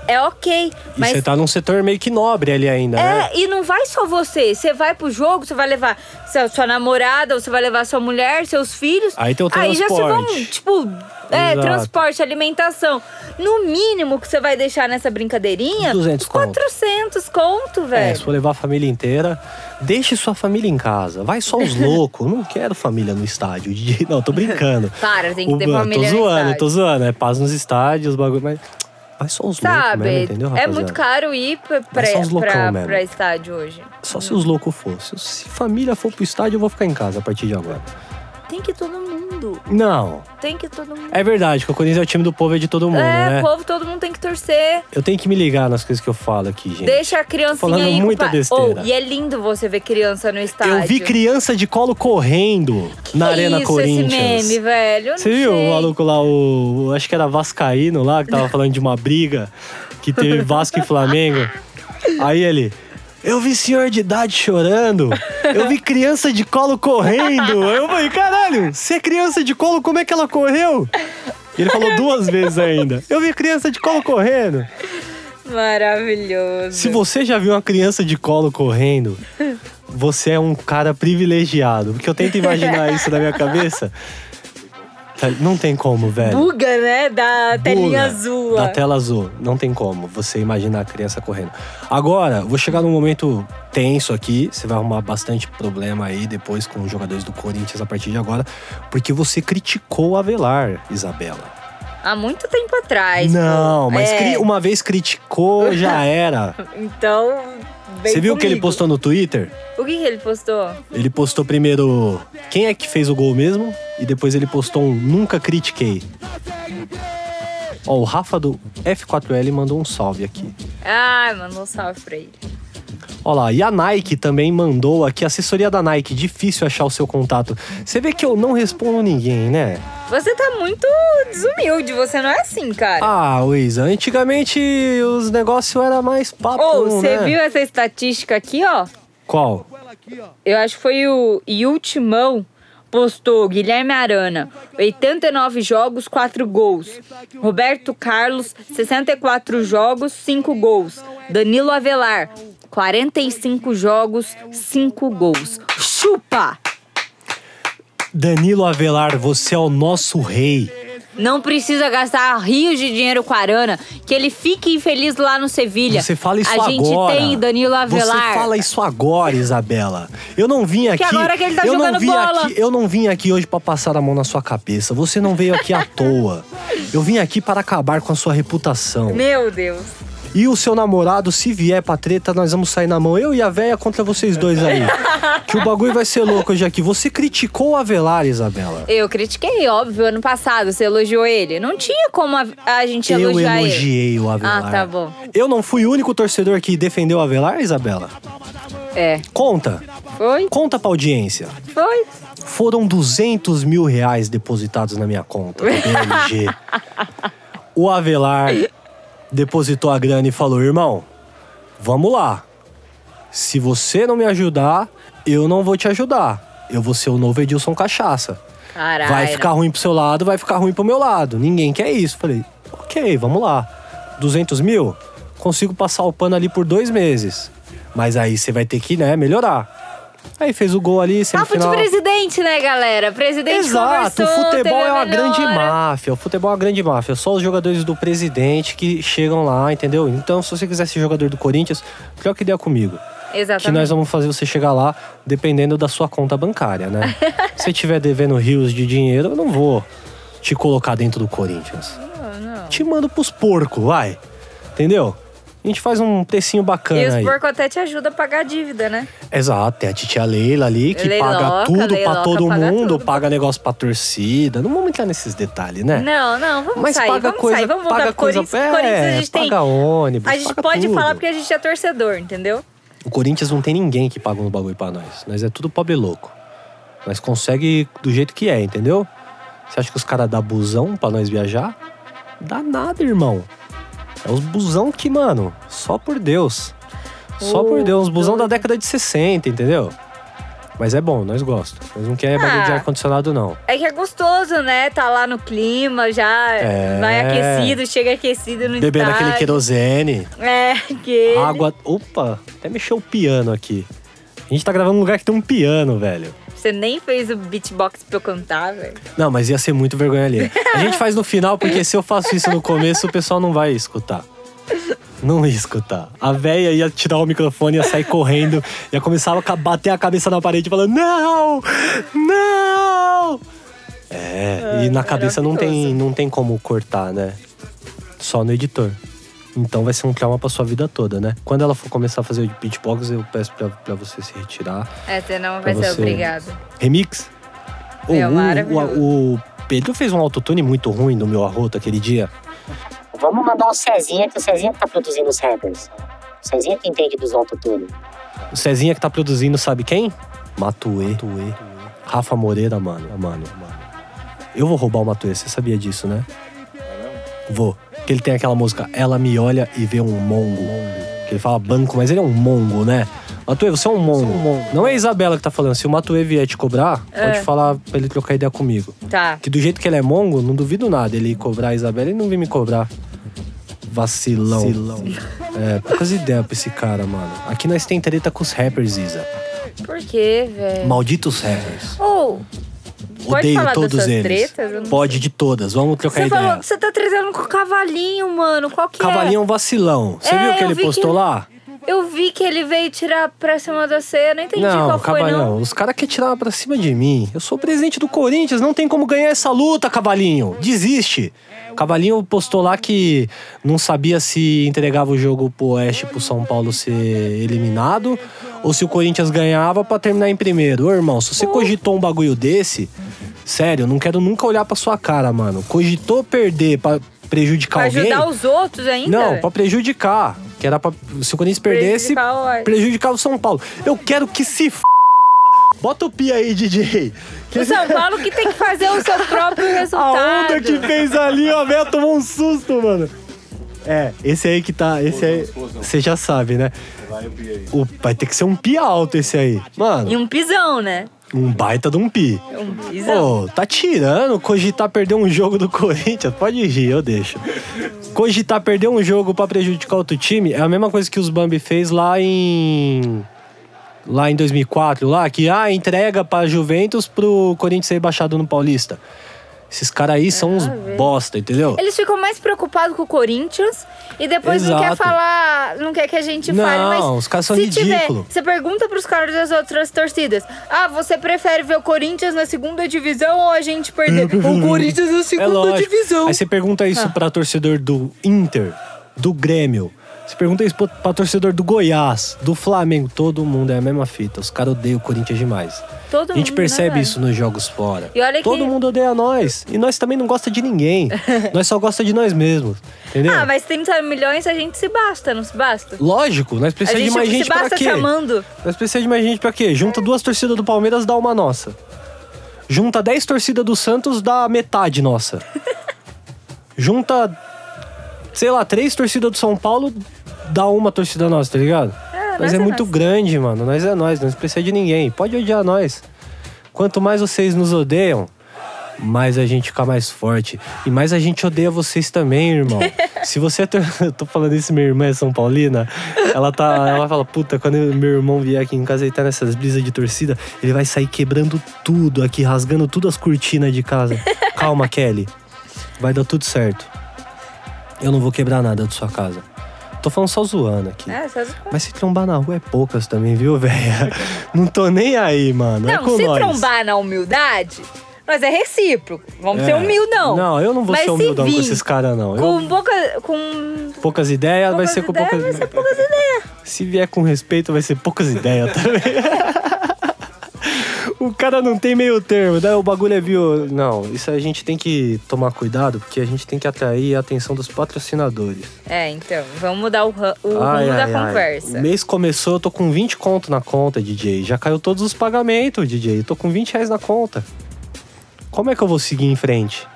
é ok, E você mas... tá num setor meio que nobre ali ainda, né? É, e não vai só você. Você vai pro jogo, você vai levar sua, sua namorada, ou você vai levar sua mulher, seus filhos. Aí tem o Aí já se vão, transporte. tipo, é, Exato. transporte, alimentação. No mínimo que você vai deixar nessa brincadeirinha, 200 uns conto. 400 conto, É, se velho. for levar a família inteira, deixe sua família em casa. Vai só (laughs) os loucos. Eu Não quero família no estádio. DJ. Não, tô brincando. (laughs) Para, tem que O- ter Tô família no zoando, estádio. tô zoando. É paz nos estádios, bagulho. Mas vai só os loucos Sabe? mesmo, né? entendeu, é rapaziada? muito caro ir pra, pra, só uns loucão pra- mesmo. pra estádio hoje. Só se os loucos fossem. Se família for pro estádio, eu vou ficar em casa a partir de agora. Tem que todo mundo. Não. Tem que todo mundo. É verdade que o Corinthians é o time do povo, é de todo mundo, é, né? povo, todo mundo tem que torcer. Eu tenho que me ligar nas coisas que eu falo aqui, gente. Deixa a criancinha falando aí com o muita pai. besteira. Oh, e é lindo você ver criança no estádio. Eu vi criança de colo correndo na Que Arena isso, Corinthians. Esse meme, velho. Eu não Você viu sei. o maluco lá, o, o- Acho que era Vascaíno lá, que tava falando de uma briga que teve Vasco e Flamengo. Aí ele. Eu vi senhor de idade chorando. Eu vi criança de colo correndo. Aí eu falei, caralho, se é criança de colo, como é que ela correu? E ele falou duas vezes ainda. Eu vi criança de colo correndo. Maravilhoso. Se você já viu uma criança de colo correndo, você é um cara privilegiado. Porque eu tento imaginar isso na minha cabeça. Tá, Não tem como, velho. Buga, né? Da Pula telinha azul. Da ó. tela azul. Não tem como você imaginar a criança correndo. Agora, vou chegar num momento tenso aqui. Você vai arrumar bastante problema aí depois com os jogadores do Corinthians a partir de agora. Porque você criticou o Avelar, Isabela. Há muito tempo atrás. Não, pô. mas um- É, cri- uma vez criticou, (laughs) já era. Então. vem Você viu o que ele comigo. postou no Twitter? O que, que ele postou? Ele postou primeiro quem é que fez o gol mesmo e depois ele postou um nunca critiquei. Ó, o Rafa do F4L mandou um salve aqui. Ai, mandou um salve pra ele. Olha lá, e a Nike também mandou aqui, assessoria da Nike, difícil achar o seu contato. Você vê que eu não respondo ninguém, né? Você tá muito desumilde, você não é assim, cara. Ah, Luísa, antigamente os negócios era mais papo, Ou, você né? viu essa estatística aqui, ó? Qual? Eu acho que foi o Yultimão postou Guilherme Arana, 89 jogos, 4 gols. Roberto Carlos, 64 jogos, 5 gols. Danilo Avelar, 45 jogos, 5 gols. Chupa! Danilo Avelar, você é o nosso rei. Não precisa gastar rios de dinheiro com Arana, que ele fique infeliz lá no Sevilha. Você fala isso A agora. gente tem Danilo Avelar. Você fala isso agora, Isabela. Eu não vim aqui. agora que ele tá eu não jogando vim bola. aqui- eu não vim aqui hoje pra passar a mão na sua cabeça. Você não veio aqui à toa. Eu vim aqui para acabar com a sua reputação. Meu Deus. E o seu namorado, se vier pra treta, nós vamos sair na mão. Eu e a véia contra vocês dois (laughs) aí. que o bagulho vai ser louco hoje aqui. Você criticou o Avelar, Isabela. Eu critiquei, óbvio, ano passado você elogiou ele. Não tinha como a, a gente Eu elogiar ele. elogiei o Avelar. Ah, tá bom. Eu não fui o único torcedor que defendeu o Avelar, Isabela? É. Conta. Foi, Conta pra audiência. foi. Foram 200 mil reais depositados na minha conta do BMG. o Avelar depositou a grana e falou: irmão, vamos lá. Se você não me ajudar, eu não vou te ajudar. Eu vou ser o novo Edilson Cachaça. Caralho. Vai ficar ruim pro seu lado, vai ficar ruim pro meu lado. Ninguém quer isso. Falei, ok, vamos lá. 200 mil? Consigo passar o pano ali por dois meses. Mas aí você vai ter que, né, melhorar. Aí fez o gol ali, Papo semifinal... de presidente, né, galera? Presidente Exato, o conversou, teve futebol a é uma melhora. grande máfia. O futebol é uma grande máfia. Só os jogadores do presidente que chegam lá, entendeu? Então, se você quiser ser jogador do Corinthians, troca ideia comigo. Exatamente. Que nós vamos fazer você chegar lá, dependendo da sua conta bancária, (laughs) né? se você tiver devendo rios de dinheiro, eu não vou te colocar dentro do Corinthians. Te mando pros porcos, vai. Entendeu? A gente faz um precinho bacana E os aí. porco até te ajuda a pagar a dívida, né? Exato, tem a titia Leila ali que Leiloca, paga tudo pra leiloca, todo paga mundo, tudo. paga negócio pra torcida. Não vamos entrar nesses detalhes, né? Não, não, vamos Mas sair, paga vamos coisa, sair, vamos voltar paga pro coisa, Corinthians. Corinthians a é, gente tem. paga ônibus, a gente paga pode tudo. falar porque a gente é torcedor, entendeu? O Corinthians não tem ninguém que paga um bagulho pra nós. Nós é tudo pobre louco. Nós consegue do jeito que é, entendeu? Você acha que os caras dá busão pra nós viajar? Dá nada, irmão. É os busão que, mano, só por Deus. Só Ô, por Deus, os busão da doido. década de 60, entendeu? Mas é bom, nós gostamos. Nós não quer bagulho de Ah. ar-condicionado, não. É que é gostoso, né? Tá lá no clima, já vai aquecido, chega aquecido no É. Bebendo aquele estádio. querosene, É, aquele. água. Opa, até mexeu o piano aqui. A gente tá gravando num lugar que tem um piano, velho. Você nem fez o beatbox pra eu cantar, velho. Não, mas ia ser muito vergonha ali. A gente faz no final, porque se eu faço isso no começo, o pessoal não vai escutar. Não ia escutar. A véia ia tirar o microfone, ia sair correndo, ia começar a ca- bater a cabeça na parede falando: Não! Não! É, e na cabeça não tem, maravilhoso. não tem como cortar, né? Só no editor. Então vai ser um trauma pra sua vida toda, né? Quando ela for começar a fazer o beatbox, eu peço pra, pra você se retirar. É, você não Pra vai ser você. obrigado. Remix? O- Meu, o- maravilhoso. o, o Pedro fez um autotune muito ruim no meu arroto aquele dia. Vamos mandar o Cezinha, que o Cezinha que tá produzindo os rappers. O Cezinha que entende dos autotune. O Cezinha que tá produzindo, sabe quem? Matuê. Matuê. Rafa Moreira, mano. Mano, mano. Eu vou roubar o Matuê, você sabia disso, né? Vou. Que ele tem aquela música Ela Me Olha e Vê um Mongo. Que ele fala banco, mas ele é um mongo, né? Matuê, você é um mongo. Não é a Isabela que tá falando. Se o Matuê vier te cobrar, pode falar pra ele trocar ideia comigo. Tá. Que do jeito que ele é mongo, não duvido nada ele ir cobrar a Isabela e não vir me cobrar. Vacilão. É, poucas ideias pra esse cara, mano. Aqui nós tem treta com os rappers, Isa. Por quê, velho? Malditos rappers. Ou. Pode Odeio falar todos dessas eles. tretas? Eu não- Pode de todas, vamos trocar Você ideia. falou que você tá tretando com o cavalinho, mano. Qual que Cavalinho é um vacilão. Você É, viu o que eu ele vi que- postou lá? é? Eu vi que ele veio tirar pra cima da ceia. Não entendi não, qual foi, Cavalinho, não. os caras querem tirar pra cima de mim. Eu sou presidente do Corinthians, não tem como ganhar essa luta, Cavalinho. Desiste. Cavalinho postou lá que não sabia se entregava o jogo pro Oeste pro São Paulo ser eliminado ou se o Corinthians ganhava pra terminar em primeiro. Ô, irmão, se você cogitou um bagulho desse, sério, eu não quero nunca olhar pra sua cara, mano. Cogitou perder pra prejudicar Pra alguém? ajudar os outros ainda? Não, velho? pra prejudicar. Que era pra, se o Corinthians perdesse, Prejudicar o Oeste. prejudicar o São Paulo. Eu quero que se f... Bota o pia aí, DJ. Que O São Paulo que tem que fazer o seu (laughs) próprio a resultado. onda que fez ali, ó, velho, tomou um susto, mano. É, esse aí que tá, esse aí, Explosão, explosão. você já sabe, né? Vai o Bia aí. O, vai ter que ser um pi alto esse aí. E Mano, um pisão, né? um baita de um pi. Um pisão. Pô, tá tirando cogitar perder um jogo do (laughs) Corinthians? Pode rir, eu deixo. Cogitar perder um jogo pra prejudicar outro time é a mesma coisa que os Bambi fez lá em lá em 2004, lá que ah, entrega pra Juventus pro Corinthians ser baixado no Paulista. Esses caras aí são uns bosta, entendeu? Eles ficam mais preocupados com o Corinthians e depois não Exato. quer falar, não quer que a gente Não, fale, mas os caras são se ridículo. tiver, você pergunta pros caras das outras torcidas: "Ah, você prefere ver o Corinthians na segunda divisão ou a (laughs) gente perder o Corinthians na É segunda lógico. divisão?" Aí você pergunta Ah. isso pra torcedor do Inter, do Grêmio. Você pergunta isso pra- pra torcedor do Goiás, do Flamengo. Todo mundo é a mesma fita. Os caras odeiam o Corinthians demais. Todo a gente mundo, né, percebe velho? isso nos jogos fora. E olha que- Todo mundo odeia nós. E nós também não gosta de (laughs) ninguém. nós só gosta de nós mesmos. Entendeu? Ah, mas 30 milhões a gente se basta, não se basta? Lógico, nós A precisamos é gente de mais se gente pra basta quê? chamando. Nós precisamos de mais gente pra quê? Junta duas torcidas do Palmeiras, dá uma nossa. Junta dez torcidas do Santos, dá metade nossa. Junta, sei lá, três torcidas do São Paulo, dá uma torcida nossa, tá ligado? nós nós é, é muito nós. grande, mano. Nós é nós, nós não precisa de ninguém. Pode odiar nós. Quanto mais vocês nos odeiam, mais a gente fica mais forte. E mais a gente odeia vocês também, irmão. Se você. é tor- (laughs) Eu tô falando isso, minha irmã é São Paulina. Ela tá. Ela fala, puta, quando meu irmão vier aqui em casa e tá nessas brisas de torcida, ele vai sair quebrando tudo aqui, rasgando tudo as cortinas de casa. Calma, Kelly. Vai dar tudo certo. Eu não vou quebrar nada de sua casa. Tô falando só zoando aqui. É, só... Mas se trombar na rua é poucas também, viu, (laughs) velha? Não tô nem aí, mano. é com Não, se nós. trombar na humildade, mas é recíproco. Vamos É. ser humildão. Não, eu não vou Mas ser se humildão vir com esses caras, não. Eu- Com pouca. Com. poucas ideias, vai ser com ideias, poucas Vai ser poucas ideias. Se vier com respeito, vai ser poucas ideias também. (laughs) o cara não tem meio termo, daí o bagulho é viu. Não, isso a gente tem que tomar cuidado, porque a gente tem que atrair a atenção dos patrocinadores. É, então, vamos mudar o, ra- o rumo Ai, da ai, ai. conversa. O mês começou, eu tô com 20 conto na conta, DJ. Já caiu todos os pagamentos, DJ. Eu tô com 20 reais na conta. Como é que eu vou seguir em frente?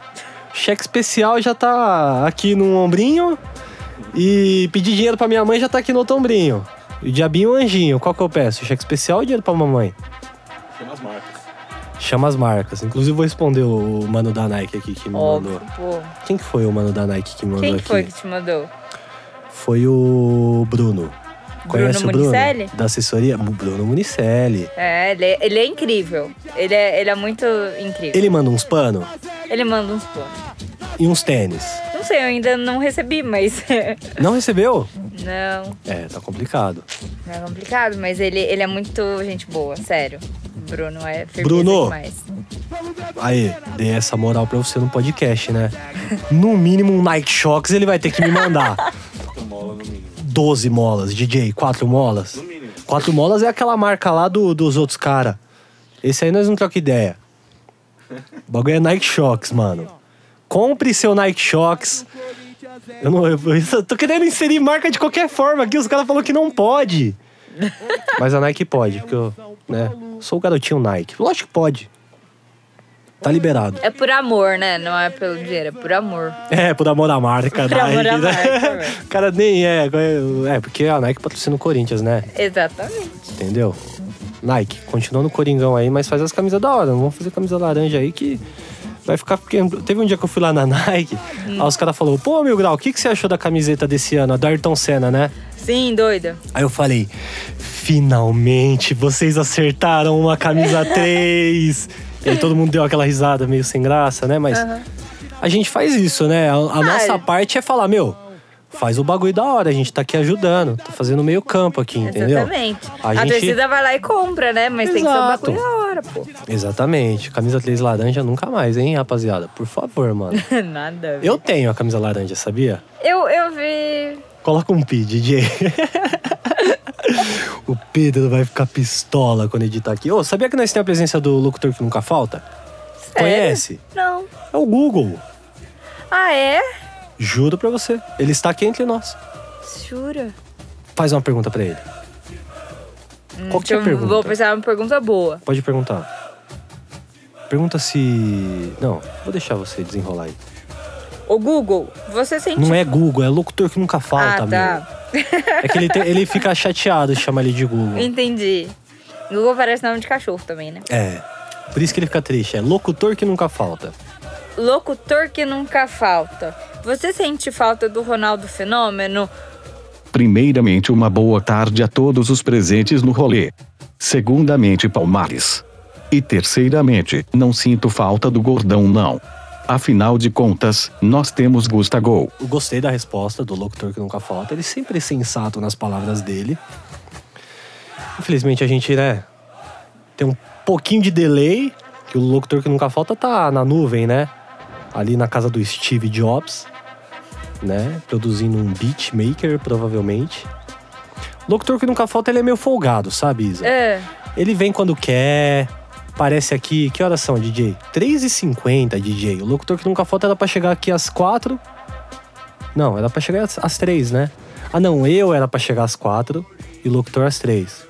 Cheque especial já tá aqui num ombrinho. E pedir dinheiro pra minha mãe já tá aqui no outro ombrinho. E o diabinho e o anjinho. Qual que eu peço? Cheque especial ou dinheiro pra mamãe? Chama as marcas. Chama as marcas. Inclusive, eu vou responder o mano da Nike aqui que me Óbvio, mandou. pô. Quem que foi o mano da Nike que me mandou Quem que aqui? foi que te mandou? Foi o Bruno. Conhece o Bruno? Municelli? Da assessoria? O Bruno Municelli. É, ele é, ele é incrível. Ele é, ele é muito incrível. Ele manda uns pano Ele, manda uns planos. e uns tênis. Não sei, eu ainda não recebi, mas. (laughs) Não recebeu? não, É, tá complicado. não é complicado, mas ele, ele é muito gente boa, sério. Bruno é firmeza Bruno! demais. Aí, dei essa moral pra você no podcast, né? No mínimo, um Nike Shox ele vai ter que (laughs) me mandar. Tomola no mínimo. 12 molas, DJ, 4 molas. mínimo. 4 molas é aquela marca lá do- dos outros caras. Esse aí nós não troca ideia. O bagulho é Nike Shox, mano. Compre seu Nike Shox. Eu não. Eu, eu tô querendo inserir marca de qualquer forma aqui. Os caras falaram que não pode. Mas a Nike pode, porque eu. Né, sou o garotinho Nike. Lógico que pode. Tá liberado. É por amor, né? Não é pelo dinheiro, é por amor. É, por amor à marca, Por Nike. (laughs) amor né? à marca, velho. O cara nem é. É, porque a Nike patrocina o Corinthians, né? Exatamente. Entendeu? Nike, continua no Coringão aí, mas faz as camisas da hora. Não vamos fazer camisa laranja aí que vai ficar. Porque teve um dia que eu fui lá na (laughs) Nike, aí os caras falaram: pô, Mil Grau, o que, que você achou da camiseta desse ano? A da Ayrton Senna, né? Sim, doida. Aí eu falei: finalmente vocês acertaram uma camisa 3. e aí todo mundo deu aquela risada meio sem graça, né? Mas a gente faz isso, né? A, a nossa parte é falar: meu. Faz o bagulho da hora, a gente tá aqui ajudando, tá fazendo meio campo aqui, entendeu? Exatamente. A A, gente- torcida vai lá e compra, né? Mas tem que ser um Exato. bagulho da hora, pô. (laughs) Exatamente. Camisa 3 laranja nunca mais, hein, rapaziada? Por favor, mano. Nada. a ver. Eu tenho a camisa laranja, sabia? Eu, eu vi. Coloca um pi, DJ. (laughs) o Pedro vai ficar pistola quando editar aqui. Ô, sabia que nós temos a presença do locutor que nunca falta? Sério? Conhece? Não. É o Google. Ah, é? Juro pra você. Ele está aqui entre nós. Jura? Faz uma pergunta pra ele. Qual que é a Hum, Deixa eu- pergunta? Vou pensar uma pergunta boa. Pode perguntar. Pergunta se. Não, vou deixar você desenrolar aí. Ô Google, você sente. Não é Google, é locutor que nunca ah, falta, meu. tá. É que ele, tem- ele fica chateado de chamar ele de (laughs) Google. Entendi. Google parece nome de cachorro também, né? É. Por isso que ele fica triste. É locutor que nunca falta. Locutor que nunca falta. Você sente falta do Ronaldo Fenômeno? Primeiramente, uma boa tarde a todos os presentes no rolê. Segundamente, Palmares. E terceiramente, não sinto falta do gordão, não. Afinal de contas, nós temos Gustavo. Eu gostei da resposta do locutor que nunca falta. Ele sempre é sensato nas palavras dele. Infelizmente a gente, né, tem um pouquinho de delay, que o locutor que nunca falta tá na nuvem, né? Ali na casa do Steve Jobs, né? Produzindo um beatmaker, provavelmente. O locutor que nunca falta, ele é meio folgado, sabe, Isa? É. Ele vem quando quer. Parece aqui. Que horas são, DJ? 3h50, DJ. O locutor que nunca falta era pra chegar aqui às 4. Não, era pra chegar às, às 3, né? Ah, não, eu era pra chegar às 4 e o locutor às 3.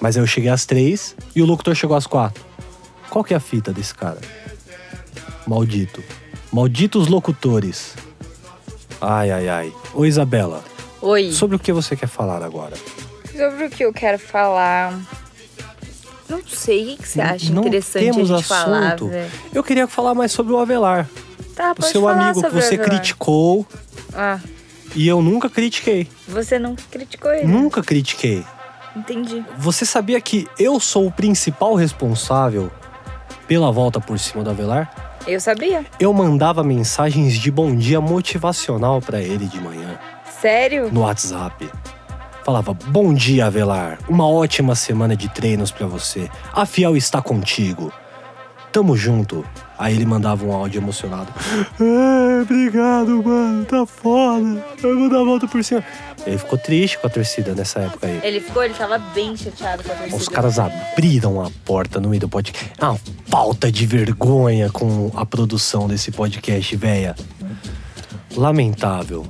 Mas eu cheguei às 3 e o locutor chegou às 4. Qual que é a fita desse cara? Maldito. Malditos locutores. Ai, ai, ai. Ô, Isabela, Oi. sobre o que você quer falar agora? Sobre o que eu quero falar. Não sei, o que que você acha Não interessante temos a gente falar, assunto. velho? Eu queria falar mais sobre o Avelar. Tá, O pode seu falar amigo que sobre o você Avelar. criticou Ah, e eu nunca critiquei. você não criticou ele. Nunca critiquei. Entendi. Você sabia que eu sou o principal responsável pela volta por cima do Avelar? Eu sabia. Eu mandava mensagens de bom dia motivacional pra ele de manhã Sério? no WhatsApp. Falava: "Bom dia, Avelar. Uma ótima semana de treinos pra você. A Fiel está contigo. Tamo junto." Aí ele mandava um áudio emocionado. "Ah, obrigado, mano. Tá foda. Eu vou dar a volta por cima. Ele ficou triste com a torcida nessa época aí. Ele ficou, ele tava bem chateado com a torcida. Os caras abriram a porta no meio do podcast. É uma falta de vergonha com a produção desse podcast, véia. Lamentável.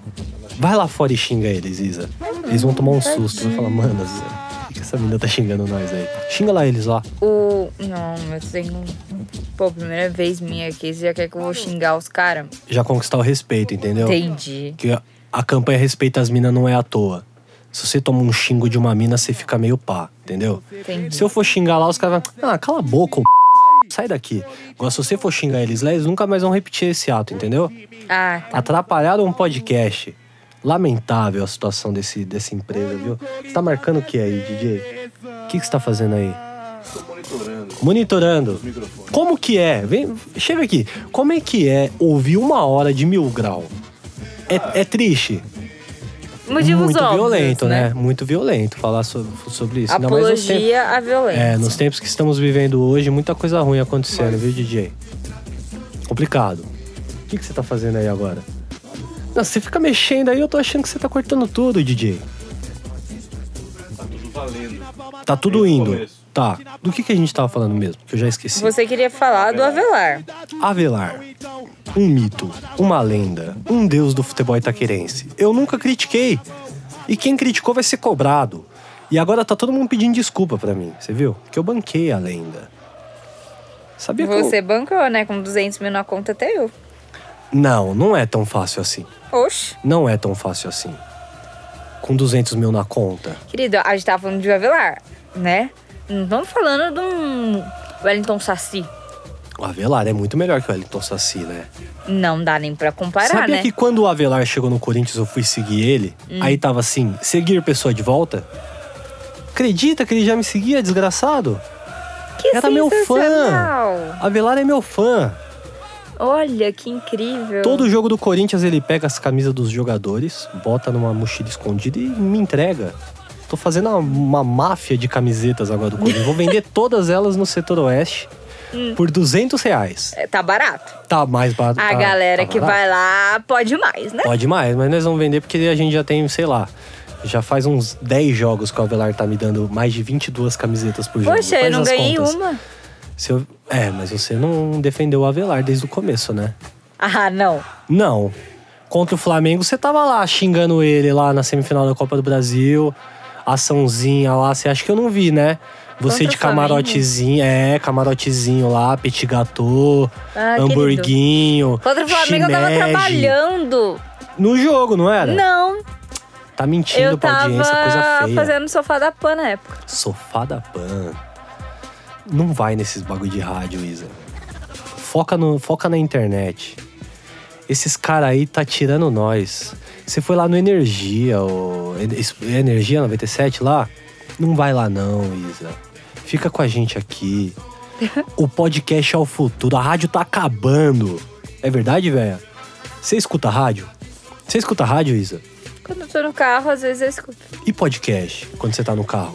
Vai lá fora e xinga eles, Isa. Eles vão tomar um susto. Vão falar, mano, Isa, por que essa menina tá xingando nós aí? Xinga lá eles lá. O. Não, eu tenho. Pô, primeira vez minha aqui, você já quer que eu vou xingar os caras? Já conquistar o respeito, entendeu? Entendi. Que a- a campanha Respeita as Minas não é à toa. Se você toma um xingo de uma mina, você fica meio pá, entendeu? Entendi. Se eu for xingar lá, os caras vão. Ah, cala a boca, ô p***. sai daqui. Agora, se você for xingar eles lá, eles nunca mais vão repetir esse ato, entendeu? Ah, tá. Atrapalharam um podcast. Lamentável a situação desse, dessa empresa, viu? Você tá marcando o que aí, DJ? O que, que você tá fazendo aí? Tô monitorando Monitorando. os microfones. Como que é? Vem, chega aqui. Como é que é ouvir uma hora de mil grau? É, é triste. Motivos Muito óbvios, violento, né? Muito violento falar sobre, sobre isso. Ainda mais nos tempos- Apologia à violência. é, nos tempos que estamos vivendo hoje, muita coisa ruim acontecendo, viu, DJ? Complicado. O que, que você tá fazendo aí agora? Não, você fica mexendo aí, eu tô achando que você tá cortando tudo, DJ. Tá tudo valendo. Tá tudo Desde o indo. começo. Tá. Do que, que a gente tava falando mesmo? Que eu já esqueci. Você queria falar do Avelar. Avelar. Um mito, uma lenda, um deus do futebol itaquerense. Eu nunca critiquei. E quem criticou vai ser cobrado. E agora tá todo mundo pedindo desculpa pra mim, você viu? Que eu banquei a lenda. Sabia que eu- Você bancou, né? Com 200 mil na conta até eu. Não, não é tão fácil assim. Oxe. Não é tão fácil assim. Com 200 mil na conta. Querido, a gente tava falando de Avelar, né? Não estamos falando de um Wellington Saci. O Avelar é muito melhor que o Wellington Saci, né? Não dá nem pra comparar, Sabia né? Hum. que quando o Avelar chegou no Corinthians, eu fui seguir ele? Aí tava assim, seguir pessoa de volta? Acredita que ele já me seguia, desgraçado? Que era meu fã. sensacional. Avelar é meu fã. Olha, que incrível. Todo jogo do Corinthians ele pega as camisas dos jogadores, bota numa mochila escondida e me entrega. Tô fazendo uma, uma máfia de camisetas agora do Corinthians. Vou (laughs) vender todas elas no setor oeste por 200 reais. É, Tá barato. Tá mais barato. Hum. A tá- galera tá que barato. vai lá pode mais, né? Pode mais, mas nós vamos vender porque a gente já tem, sei lá. Já faz uns 10 jogos que o Avelar tá me dando mais de 22 camisetas por jogo. Poxa, eu Faz não as ganhei contas. uma. Se eu- É, mas você não defendeu o Avelar desde o começo, né? Ah, não. Não. Contra o Flamengo, você tava lá xingando ele lá na semifinal da Copa do Brasil. Açãozinha lá, você acha que eu não vi, né? Você Contra de o Flamengo? camarotezinho, é, camarotezinho lá, petit gâteau, Ah, hamburguinho. Contra o Flamengo eu tava shimeji. trabalhando. No jogo, não era? Não, Tá mentindo eu pra tava audiência, coisa feia. fazendo sofá da pan na época. Sofá da Pan. Não vai nesses bagulho de rádio, Isa. Foca, no, foca na internet. Esses cara aí tá tirando nós. Você foi lá no Energia, o Energia 97 lá? Não vai lá não, Isa. Fica com a gente (laughs) aqui. O podcast é o futuro. A rádio tá acabando. É verdade, velho? Você escuta rádio? Você escuta rádio, Isa? Quando eu tô no carro, às vezes eu escuto. E podcast, quando você tá no carro?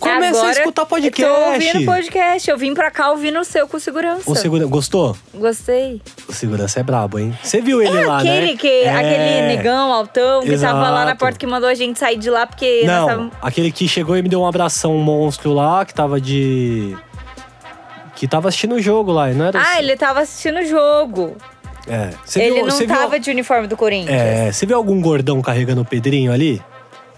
Começa É Agora, a escutar podcast. Eu tô ouvindo podcast. Eu vim pra cá ouvindo o seu com segurança. O segura... Gostou? Gostei. O segurança é brabo, hein? Você viu ele lá, Ah, aquele né? que. É. Aquele negão, altão, que tava lá na Exato. porta que mandou a gente sair de lá, porque nós Não, tava- aquele que chegou e me deu um abração monstro lá, que tava de... Que tava assistindo o jogo lá, e não era assim. Ah, ele tava assistindo o jogo. É. Você ele viu, não você tava viu... de uniforme do Corinthians. É, você viu algum gordão carregando o Pedrinho ali?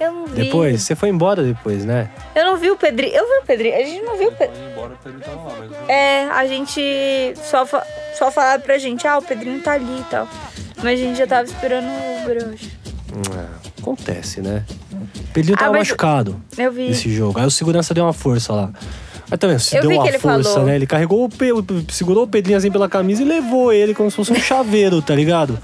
Eu não vi. Depois? Você foi embora depois, né? Eu não vi o Pedrinho. Eu vi o Pedrinho. A gente não viu o Pedrinho. Foi embora, o Pedro tava lá, mas não É, a gente só, fa... só falava pra gente, ah, o Pedrinho tá ali e tal. Mas a gente já tava esperando o Uber hoje. É, acontece, né? O Pedrinho Ah, tava mas- machucado. Eu vi. esse jogo. Aí o segurança deu uma força lá. Mas também, se Eu deu vi uma que ele força, falou. né? Ele carregou o pe... o- segurou o Pedrinho assim pela camisa e levou ele como se fosse um chaveiro, tá (laughs) ligado?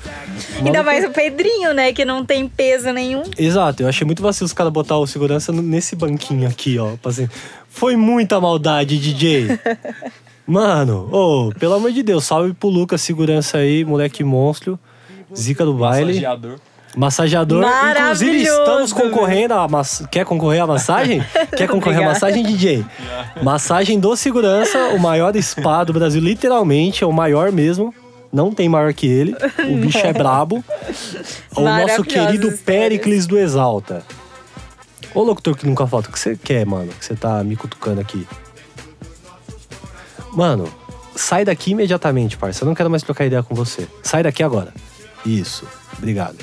Ainda Maluco- é- mais o Pedrinho, né? Que não tem peso nenhum. Exato, eu achei muito vacilo os caras botar o segurança no- nesse banquinho aqui, ó. pra Assim, foi muita maldade, (laughs) DJ. Mano, ô, pelo amor de Deus, salve pro Lucas, segurança aí, moleque monstro. Zica do baile. Massageador. Massageador. Maravilhoso, Inclusive, estamos velho. concorrendo a mas- Quer concorrer à (laughs) massagem? Quer concorrer à Obrigada. massagem, DJ? Massagem do segurança, o maior spa do Brasil, literalmente, é o maior mesmo. Não tem maior que ele. O bicho (laughs) é brabo. O nosso Maravilhosas querido histórias. Péricles do Exalta. Ô, locutor que nunca falta, o que você quer, mano? Que você tá me cutucando aqui. Mano, sai daqui imediatamente, parça. Eu não quero mais trocar ideia com você. Sai daqui agora. Isso. Obrigado.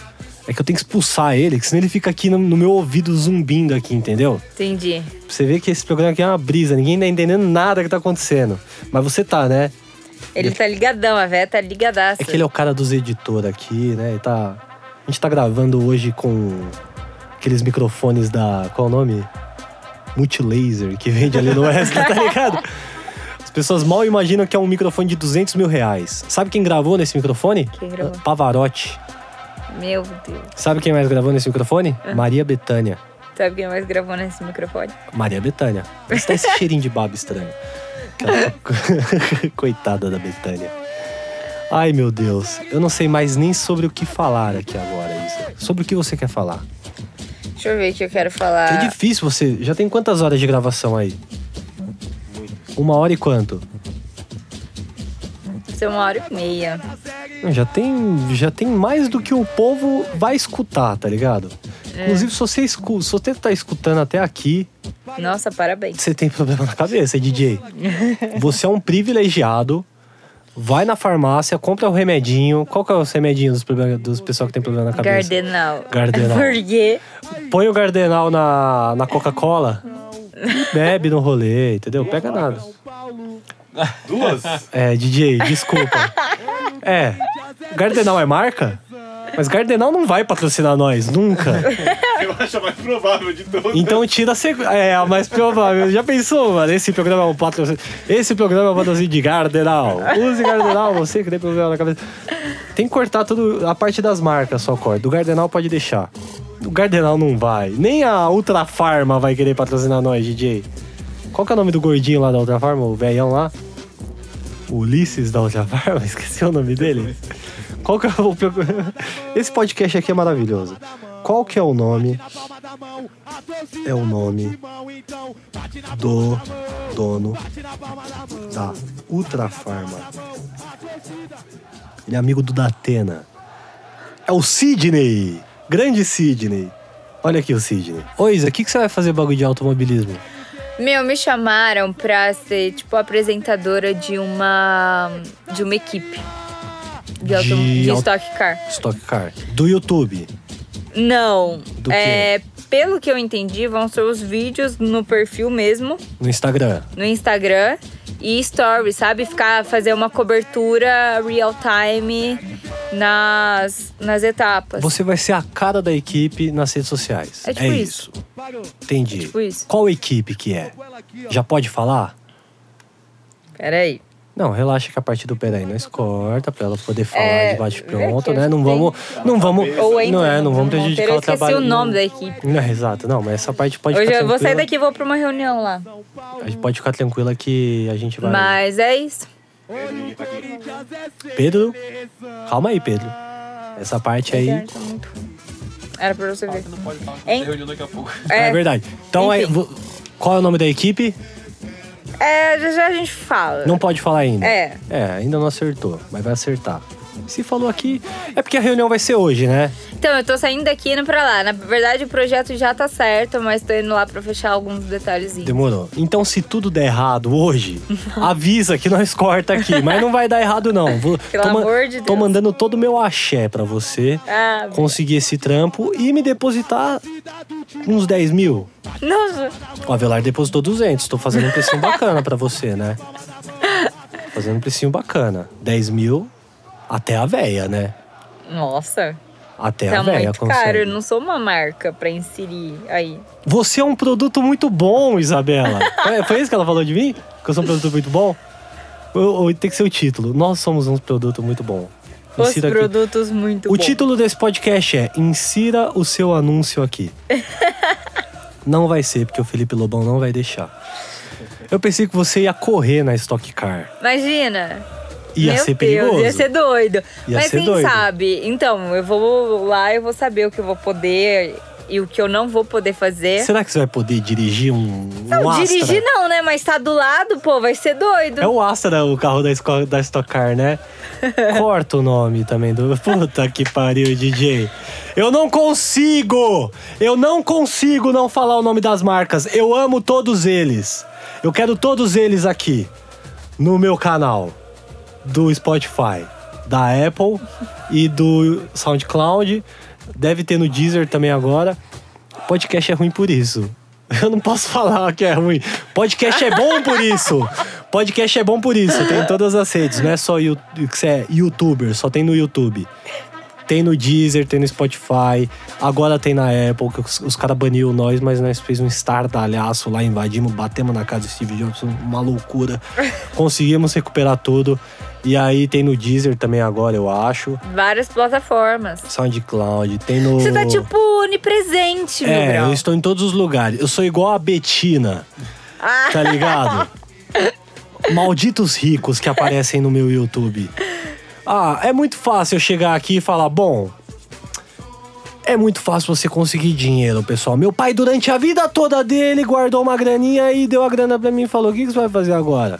É que eu tenho que expulsar ele, que senão ele fica aqui no, no meu ouvido zumbindo aqui, entendeu? Entendi. Pra você ver que esse programa aqui é uma brisa. Ninguém tá entendendo nada que tá acontecendo. Mas você tá, né? Ele tá ligadão, a véia tá ligadaça. É que ele é o cara dos editores aqui, né? E tá... A gente tá gravando hoje com aqueles microfones da. Qual é o nome? Multilaser, que vende ali no Wesla, (laughs) tá ligado? As pessoas mal imaginam que é um microfone de 200 mil reais. Sabe quem gravou nesse microfone? Quem gravou? Pavarotti. um- Meu Deus. Sabe quem mais gravou nesse microfone? É. Maria Bethânia. Sabe quem é mais gravou nesse microfone? Maria Bethânia. Mas tá esse cheirinho de baba estranho. Aquela (laughs) co- Coitada da Bethânia. Ai, meu Deus. Eu não sei mais nem sobre o que falar aqui agora, Isa. Sobre o que você quer falar. Deixa eu ver o que eu quero falar. É difícil você... Já tem quantas horas de gravação aí? Uma hora e quanto? Ser uma hora e meia. Já tem, já tem mais do que o povo vai escutar, tá ligado? Inclusive, se você, escu se você tá escutando até aqui, Nossa, parabéns. Você tem problema na cabeça, DJ. Você é um privilegiado. Vai na farmácia, compra o remedinho. Qual que é os remedinhos dos, problema- dos pessoal que tem problema na cabeça? Gardenal. Gardenal. (laughs) Por quê? Põe o Gardenal na, na Coca-Cola. e Bebe no rolê, entendeu? Pega nada. Duas? É, DJ, desculpa. É, Gardenal é marca? Mas Gardenal não vai patrocinar nós, nunca. Eu acho a mais provável de todas. Então tira a sequência. É, a mais provável. Já pensou, mano? Esse programa é um patrocínio. Esse programa é um patrocínio de Gardenal. Use Gardenal, você que tem problema na cabeça. Tem que cortar tudo, a parte das marcas só corta. Do Gardenal pode deixar. Do Gardenal não vai. Nem a Ultra Farma vai querer patrocinar nós, DJ. Qual que é o nome do gordinho lá da Ultra Farma? O velhão lá? Ulisses da Ultra Farma? (laughs) Esqueci o nome dele. Qual que é o... (laughs) Esse podcast aqui é maravilhoso. Qual que é o nome é o nome do dono da Ultra Farma. Ele é amigo do Datena. É o Sidney! Grande Sidney! Olha aqui o Sidney. Ô Isa, o que, que você vai fazer bagulho de automobilismo? Meu, me chamaram pra ser, tipo, apresentadora de uma. de uma equipe. de, auto, De de, au- Stock Car. Stock Car. Do YouTube. Não. Do é, pelo que eu entendi, vão ser os vídeos no perfil mesmo, No Instagram. no Instagram. E stories, sabe? Ficar, fazer uma cobertura real time nas, nas etapas. Você vai ser a cara da equipe nas redes sociais. É tipo isso. Entendi. É tipo isso. Qual equipe que é? Já pode falar? Peraí. Não, relaxa que a partir do peraí nós corta pra ela poder falar É, de bate é que pronto, eu né? Não tenho- vamos, não vamos, Ou entra não é, não no vamos Bruno Monteiro, prejudicar eu o trabalho. esqueci o nome não- da equipe. Não, é, exato, não, mas essa parte pode Hoje ficar eu vou sair tranquila. daqui e vou pra uma reunião lá. A gente pode ficar tranquila que a gente vai. Mas é isso. Pedro, calma aí, Pedro. Essa parte aí tá Era pra você ver. Não pode falar que Hein? tem reunião daqui a pouco. é, É, verdade. Então, aí, Enfim. vo- qual é o nome da equipe? é, já, já a gente fala. Não pode falar ainda. É. É, ainda não acertou, mas vai acertar. Se falou aqui, é porque a reunião vai ser hoje, né? Então, eu tô saindo daqui e indo pra lá. Na verdade, o projeto já tá certo, mas tô indo lá pra fechar alguns detalhezinhos. Demorou. Então, se tudo der errado (laughs) hoje, avisa que nós corta aqui. Mas não vai dar errado, não. Vou- (laughs) Pelo ma- amor de Deus. Tô mandando todo o meu axé pra você Ah, conseguir esse trampo e me depositar uns 10 mil. nossa. O Avelar depositou 200. Tô fazendo um precinho bacana pra você, (laughs) né? Fazendo um precinho bacana. 10 mil até a véia, né? Nossa, Até tá É a véia muito consegue. caro. Eu não sou uma marca pra inserir aí. Você é um produto muito bom, (laughs) Isabela. Foi- Foi isso que ela falou de mim? Que eu sou um produto muito bom? Ou, ou tem que ser o título. Nós somos um produto muito bom. Os Insira aqui. produtos muito O bons. título desse podcast é Insira o seu anúncio (laughs) aqui. não vai ser, porque o Felipe Lobão não vai deixar. Eu pensei que você ia correr na Stock Car. Imagina. Ia Meu ser Deus, perigoso. Ia ser doido. Ia Mas ser quem doido. sabe? Então, eu vou lá, eu vou saber o que eu vou poder e o que eu não vou poder fazer. Será que você vai poder dirigir um, não, um Astra? dirigir não, né? Mas tá do lado, pô, vai ser doido. É o Astra, o carro da, esco- da Stock Car, né? Corta o nome também do. (laughs) Puta que pariu, DJ. Eu não consigo! Eu não consigo não falar o nome das marcas. Eu amo todos eles. Eu quero todos eles aqui no meu canal do Spotify, da Apple e do SoundCloud. Deve ter no Deezer também agora. Podcast é ruim por isso. (laughs) Eu não posso falar que é ruim. Podcast é bom por isso. Podcast é bom por isso. Tem em todas as redes, não é só you- que você é youtuber, só tem no YouTube. Tem no Deezer, tem no Spotify, agora tem na Apple, que os, os caras baniu nós, mas nós fez um estardalhaço lá, invadimos, batemos na casa do Steve Jobs, uma loucura. Conseguimos recuperar tudo. E aí tem no Deezer também agora, eu acho. Várias plataformas. SoundCloud, tem no. Você tá tipo onipresente, meu É, grau. eu estou em todos os lugares. Eu sou igual a Betina, Ah, tá ligado? Malditos ricos que aparecem no meu YouTube. Ah, é muito fácil eu chegar aqui e falar, bom. É muito fácil você conseguir dinheiro, pessoal. Meu pai, durante a vida toda dele, guardou uma graninha e deu a grana pra mim e falou: o que que você vai fazer agora?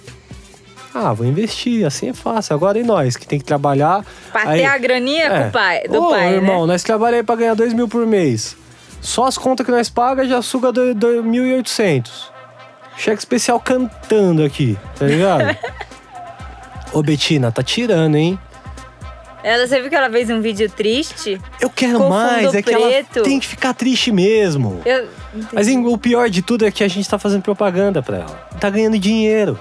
Ah, vou investir, assim é fácil. Agora é nós que tem que trabalhar. pra Aí- é. ter a graninha É, com o pai, do Ô, pai, irmão, né? nós trabalhamos aí pra ganhar 2 mil por mês. Só as contas que nós paga já suga do- 2.800. Cheque especial cantando aqui, tá (laughs) ligado? Ô, Betina, tá tirando, hein? Ela, você viu que ela fez um vídeo triste? Eu quero Com mais, fundo é que preto. ela tem que ficar triste mesmo. Eu... Mas hein, o pior de tudo é que a gente tá fazendo propaganda pra ela. Tá ganhando dinheiro.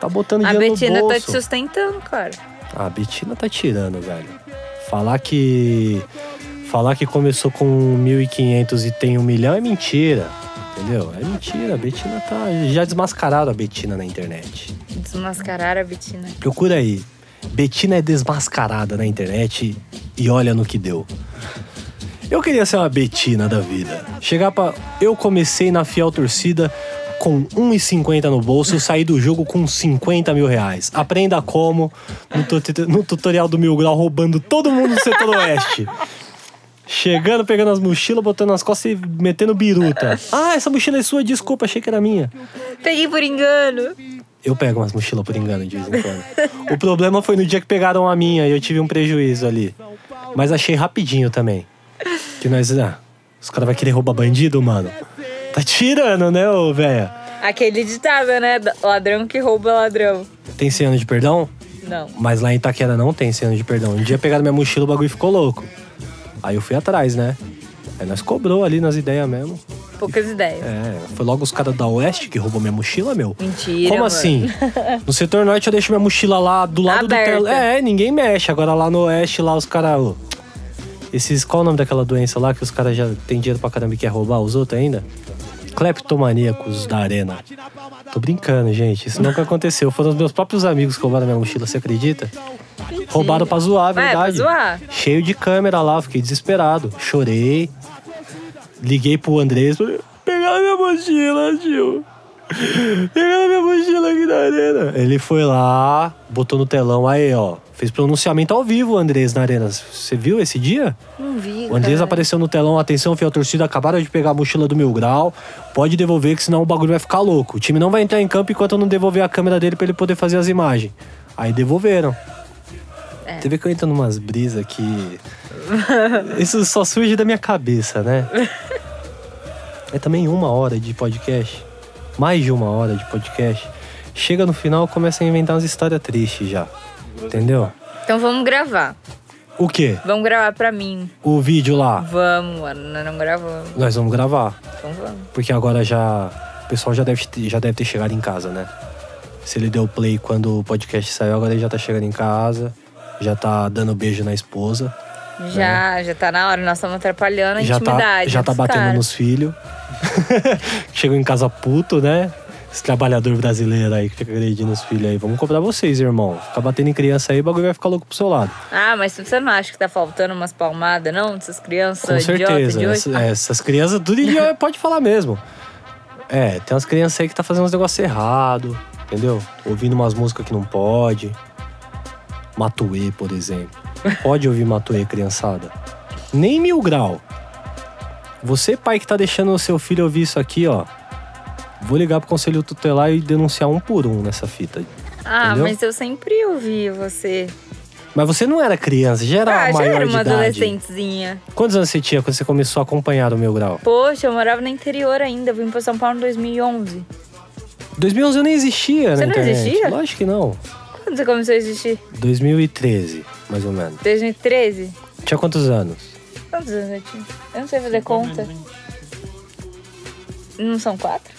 Tá botando A dinheiro Betina no tá bolso. te sustentando, cara. Ah, a Betina tá tirando, velho. Falar que. Falar que começou com 1.500 e tem um milhão é mentira. Entendeu? É mentira. A Betina tá. Já desmascararam a Betina na internet. Desmascarar a Betina. Procura aí. Betina é desmascarada na internet e olha no que deu. Eu queria ser uma Betina da vida. Chegar pra. Eu comecei na fiel torcida com 1,50 no bolso, saí do jogo com 50 mil reais. Aprenda como no, tut- no tutorial do Mil Grau, roubando todo mundo do setor oeste. Chegando, pegando as mochilas, botando nas costas e metendo biruta. Ah, essa mochila é sua, desculpa, achei que era minha. Peguei por engano. Eu pego umas mochilas por engano de vez em quando. o problema foi no dia que pegaram a minha e eu tive um prejuízo ali. Mas achei rapidinho também. Que nós. Ah, os caras vão querer roubar bandido, mano. Tá tirando, né, ô véia? Aquele ditado, né? Ladrão que rouba ladrão. Tem 100 anos de perdão? Não. Mas lá em Itaquera não tem cena de perdão. Um dia pegaram minha mochila, o bagulho ficou louco. Aí eu fui atrás, né? Aí nós cobrou ali nas ideias mesmo. Poucas ideias. É, foi logo os caras da Oeste que roubou minha mochila, meu. Mentira, Como mano. assim? No setor norte eu deixo minha mochila lá do lado Aberta. do telo. É, ninguém mexe. Agora lá no oeste, lá os caras. ô, Esses. Qual o nome daquela doença lá que os caras já têm dinheiro pra caramba e quer roubar os outros ainda? Cleptomaníacos da arena. Tô brincando, gente. Isso nunca aconteceu. Foram os meus próprios amigos que roubaram minha mochila, você acredita? Roubaram pra zoar, Vai, pra verdade. zoar. Cheio de câmera lá, fiquei desesperado. Chorei. Liguei pro Andrés falei, pegaram minha mochila, tio. Pegaram minha mochila aqui na arena. Ele foi lá, botou no telão, aí, ó. Fez pronunciamento ao vivo, o Andrés, na arena. Você viu esse dia? Não vi. O Andrés cara. apareceu no telão, atenção, fiel torcida, acabaram de pegar a mochila do Mil Grau. Pode devolver, que senão o bagulho vai ficar louco. O time não vai entrar em campo enquanto eu não devolver a câmera dele pra ele poder fazer as imagens. Aí devolveram. Você vê que eu entro numas brisas que. Isso só surge da minha cabeça, né? É também uma hora de podcast. Mais de uma hora de podcast. Chega no final, começa a inventar umas histórias tristes já. Entendeu? Então vamos gravar. O quê? Vamos gravar pra mim. O vídeo lá. Vamos, mano. Nós não gravamos. Nós vamos gravar. Então vamos. Porque agora já. O pessoal já deve, ter- já deve ter chegado em casa, né? Se ele deu play quando o podcast saiu, agora ele já tá chegando em casa, já tá dando beijo na esposa, Já, já tá na hora. Nós estamos atrapalhando a É. já tá, intimidade. já tá dos batendo caras. nos filhos. (laughs) Chegou em casa puto, né? Esse trabalhador brasileiro aí que fica agredindo os filhos aí. Vamos cobrar vocês, irmão. Ficar batendo em criança aí, o bagulho vai ficar louco pro seu lado. Ah, mas você não acha que tá faltando umas palmadas, não? Dessas crianças Com idiotas certeza. de hoje? Essa- é, essas crianças, tudo (laughs) idiota, pode falar mesmo. É, tem umas crianças aí que tá fazendo uns negócios errados, entendeu? Ouvindo umas músicas que não pode. Matuê, por exemplo. Pode ouvir Matuê, criançada. Nem mil grau. Você, pai, que tá deixando o seu filho ouvir isso aqui, ó. Vou ligar pro conselho tutelar e denunciar um por um nessa fita. Ah, Entendeu? mas eu sempre ouvi você. Mas você não era criança, já era ah, já maior era de uma idade. adolescentezinha. Quantos anos você tinha quando você começou a acompanhar o meu grau? Poxa, eu morava no interior ainda. Eu vim pra São Paulo em 2011. 2011 eu nem existia Você na não internet. existia? Lógico que não. Quando você começou a existir? 2013, mais ou menos. 2013? Tinha quantos anos? Quantos anos eu tinha? Eu não sei fazer conta. Não são quatro?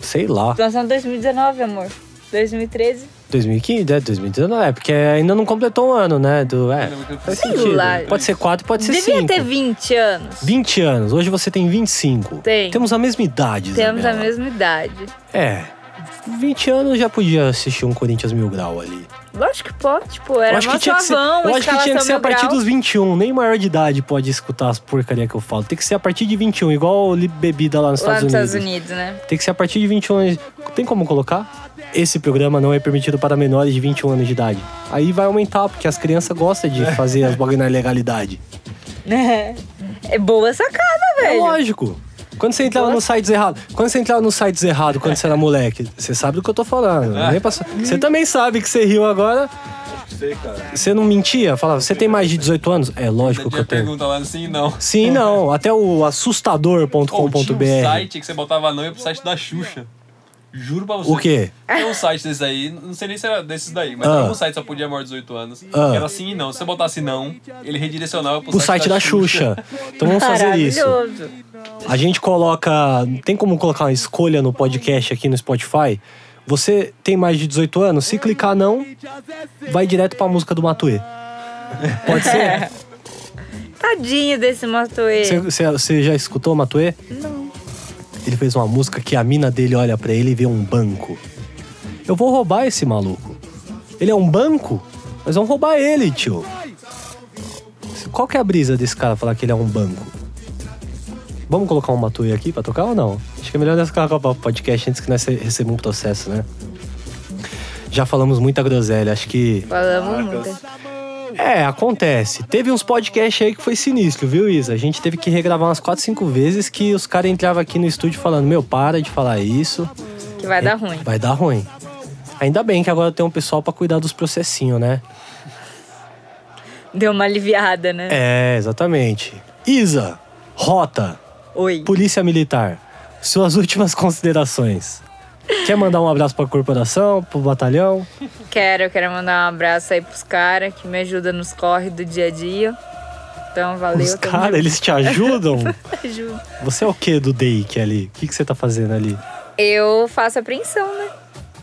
Sei lá. Nós estamos em 2019, amor. 2013? 2015, é, 2019. É, porque ainda não completou um ano, né? Do, é, faz Sei sentido. lá. Pode ser 4, pode ser Devia 5. ter 20 anos. 20 anos. Hoje você tem 25. Tem. Temos a mesma idade, Temos a Isabela. mesma idade. É. 20 anos já podia assistir um Corinthians Mil Grau ali. Lógico que pode, pô. Era eu acho mó que tinha que ser, chavão, eu acho que tinha que ser a escalação mil partir grau. dos 21. Nem maior de idade pode escutar as porcaria que eu falo. Tem que ser a partir de 21, igual li- bebida lá nos, Lá Estados, nos Estados Unidos. Unidos, né? Tem que ser a partir de 21 anos. Tem como colocar? Esse programa não é permitido para menores de 21 anos de idade. Aí vai aumentar, porque as crianças gostam de fazer as bagulho na ilegalidade. É boa sacada, É velho. lógico. Quando você entrava nos sites errados, quando você entrava nos sites errados quando você era moleque, você sabe do que eu tô falando. né? Nem passou- Você também sabe que você riu agora. sei, cara. Você não mentia? Falava, você tem mais de 18 anos? É lógico que eu Tinha tenho. pergunta lá no sim e não. Sim, não. Até o Ou tinha um assustador.com.br. site que você botava não e pro site da Xuxa. Juro pra você. O quê? Tem um site desses aí, não sei nem se era desses daí, mas Ah. algum site só podia maior de 18 anos. Ah. Que era sim e não. Se você botasse não, ele redirecionava pro, O site da Xuxa. Então vamos fazer isso. Maravilhoso. A gente coloca. Tem como colocar uma escolha no podcast aqui no Spotify? Você tem mais de 18 anos? Se clicar não, vai direto pra música do Matuê. Pode ser? Tadinho desse Matoê. Você- Você você já escutou o Matuê? Não. Ele fez uma música que a mina dele olha pra ele e vê um banco. Eu vou roubar esse maluco. Ele é um banco? Nós vamos roubar ele, tio. Qual que é a brisa desse cara falar que ele é um banco? Vamos colocar um Matuê aqui pra tocar ou não? Acho que é melhor nós colocar o podcast antes que nós recebamos um processo, né? Já falamos muita groselha, acho que Falamos muito. é, acontece. Teve uns podcasts aí que foi sinistro, viu, Isa? A gente teve que regravar umas 4, 5 vezes que os caras entravam aqui no estúdio falando: Meu, para de falar isso, Que vai dar ruim. vai dar ruim. Ainda bem que agora tem um pessoal pra cuidar dos processinhos, né? Deu uma aliviada, né? É, exatamente. Isa, Rota, Oi. (laughs) Polícia Militar, suas últimas considerações. Quer mandar um abraço pra corporação, pro batalhão? Quero, quero mandar um abraço aí pros caras que me ajudam nos corre do dia a dia. Então, valeu. Os tamo caras, eles te ajudam? junto, ajuda. Você é o que do Dake ali? O que, que você tá fazendo ali? Eu faço apreensão, né?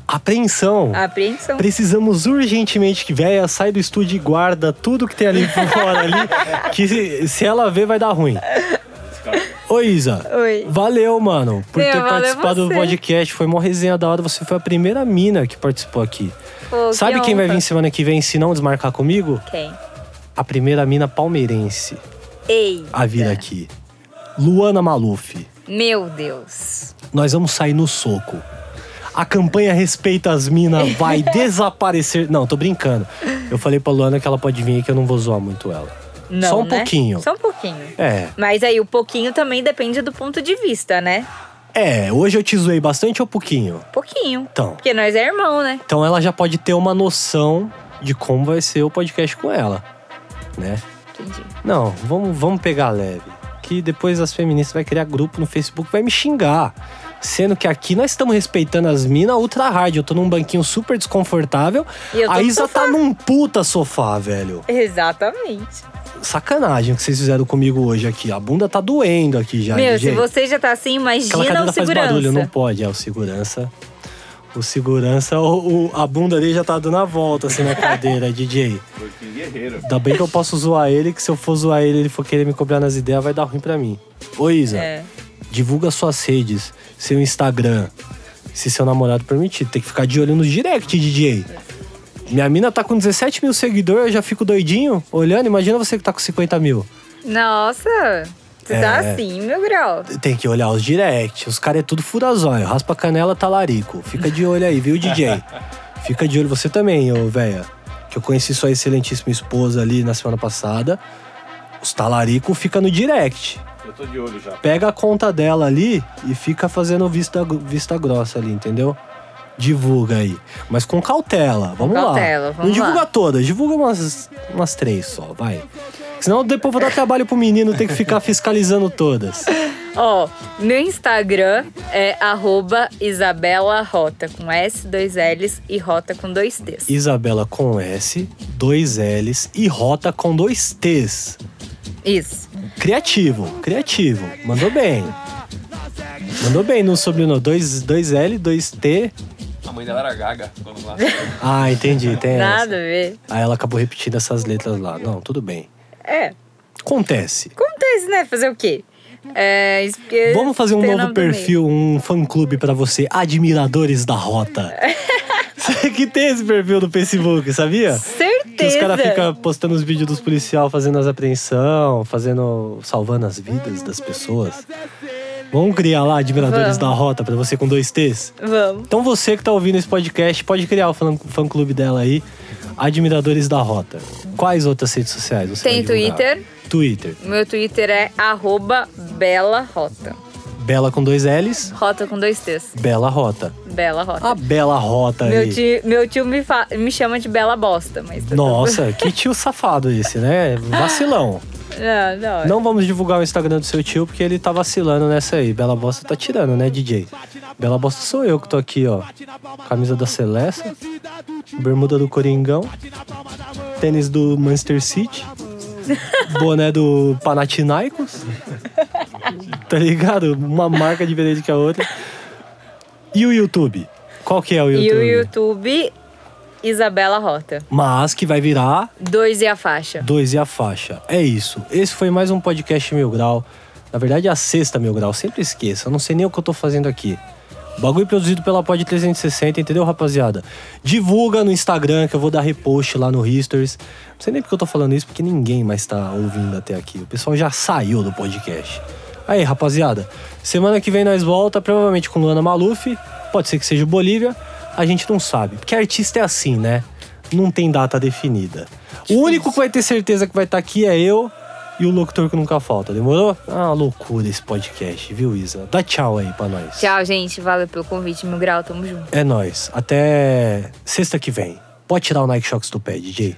Apreensão. Apreensão. Precisamos urgentemente que véia sai do estúdio e guarda tudo que tem ali fora ali, que se- se ela ver vai dar ruim. Ô Isa, Oi. valeu, mano, por Meu, ter valeu participado você. do podcast. Foi mó resenha da hora, você foi a primeira mina que participou aqui. Pô, que Sabe quem vai honra. vir semana que vem se não desmarcar comigo? Quem? A primeira mina palmeirense Ei. a vir aqui. Luana Maluf. Meu Deus. Nós vamos sair no soco. A campanha Respeita as Minas (laughs) vai desaparecer. Não, tô brincando. Eu falei pra Luana que ela pode vir aí que eu não vou zoar muito ela. Não, Só um né? pouquinho. Só um pouquinho. É. Mas aí o pouquinho também depende do ponto de vista, né? É, hoje eu te zoei bastante ou pouquinho? Pouquinho. Então. Porque nós é irmão, né? Então ela já pode ter uma noção de como vai ser o podcast com ela, né? Entendi. Não, vamos, vamos pegar leve. Que depois as feministas vai criar grupo no Facebook e vai me xingar. Sendo que aqui nós estamos respeitando as minas ultra hard. Eu tô num banquinho super desconfortável. E eu tô A no Isa sofá. tá num puta sofá, velho. Exatamente. Sacanagem o que vocês fizeram comigo hoje aqui. A bunda tá doendo aqui já. Meu, gente. se você já tá assim, Aquela imagina cadeira o faz segurança. barulho, não pode. É o segurança. O segurança, o, o- a bunda dele já tá dando a volta assim (laughs) na cadeira, DJ. Gordinho guerreiro. Ainda bem que eu posso zoar ele, que se eu for zoar ele, ele for querer me cobrar nas ideias, vai dar ruim pra mim. Ô Isa, É. divulga suas redes, seu Instagram, se seu namorado permitir. Tem que ficar de olho no direct, DJ. Minha mina tá com 17 mil seguidores, eu já fico doidinho olhando. Imagina você que tá com 50 mil. Nossa, você tá É. assim, meu grau. Tem que olhar os direct. Os caras é tudo furazóio. Raspa canela, talarico. Fica de olho aí, viu, (laughs) DJ? Fica de olho você também, ô véia. Que eu conheci sua excelentíssima esposa ali na semana passada. Os talarico fica no direct. Eu tô de olho já. Pega a conta dela ali e fica fazendo vista, vista grossa ali, entendeu? Divulga aí. Mas com cautela, vamos cautela, lá. vamos Não divulga lá. todas, divulga umas, umas três só, vai. Senão depois vou dar trabalho pro menino ter que ficar fiscalizando todas. Ó, meu Instagram é arroba Isabela Rota, com S, dois L's e Rota com dois T's. Isabela com S, dois L's e Rota com dois T's. Isso. Criativo, criativo. Mandou bem. Mandou bem no sobrenome. Dois, dois L, dois T. A mãe dela era gaga quando lá. Ah, entendi, tem Nada a essa. ver. Aí ela acabou repetindo essas letras lá. Não, tudo bem. É, Acontece. acontece, né? Fazer o quê? É, isso porque Vamos fazer um tem o novo nome do meio. perfil, um fã-clube pra você, Admiradores da (laughs) Rota. Sabe que tem esse perfil no Facebook, sabia? Que Certeza. os caras ficam postando os vídeos dos policial fazendo as apreensão, fazendo. salvando as vidas das pessoas. Vamos criar lá admiradores Vamos. da rota pra você com dois T's? Vamos. Então você que tá ouvindo esse podcast, pode criar o fã, fã clube dela aí. Admiradores da Rota. Quais outras redes sociais você Tem vai divulgar? Twitter. Twitter. Meu Twitter é arroba Bela Rota. Bela com dois L's, Rota com dois T's. Bela Rota. Bela Rota. A Bela Rota Ah, Meu aí. tio, meu tio me, fa- me chama de Bela Bosta, mas. tá Nossa, que tio safado esse, né? Vacilão. tudo- (laughs) Não, não. Não vamos divulgar o Instagram do seu tio porque ele tá vacilando nessa aí. Bela Bosta tá tirando, né, DJ? Bela Bosta sou eu que tô aqui, ó. Camisa da Celeste, bermuda do Coringão, tênis do Manchester (laughs) City, boné do Panathinaikos, tá ligado? Uma marca diferente que a outra. E o YouTube? Qual que é o E YouTube? o YouTube, Isabela Rota. Mas que vai virar Dois e a faixa. Dois e a faixa. É isso. Esse foi mais um podcast Mil Grau. Na verdade, é a sexta Mil Grau. Sempre esqueça. Eu não sei nem o que eu tô fazendo aqui. Bagulho produzido pela Pod 360, entendeu, rapaziada? Divulga no Instagram, que eu vou dar repost lá no Histories. Não sei nem porque eu tô falando isso, porque ninguém mais tá ouvindo até aqui. O pessoal já saiu do podcast. Aí, rapaziada. Semana que vem nós volta, provavelmente com Luana Maluf. Pode ser que seja o Bolívia. A gente não sabe. Porque artista é assim, né? Não tem data definida. O único que vai ter certeza que vai estar aqui é eu e o locutor que nunca falta, demorou? Ah, loucura esse podcast, viu, Isa? Dá tchau aí pra nós. Tchau, gente. Valeu pelo convite, Mil Grau. Tamo junto. É nóis. Até sexta que vem. Pode tirar o Nike Shox do pé, DJ.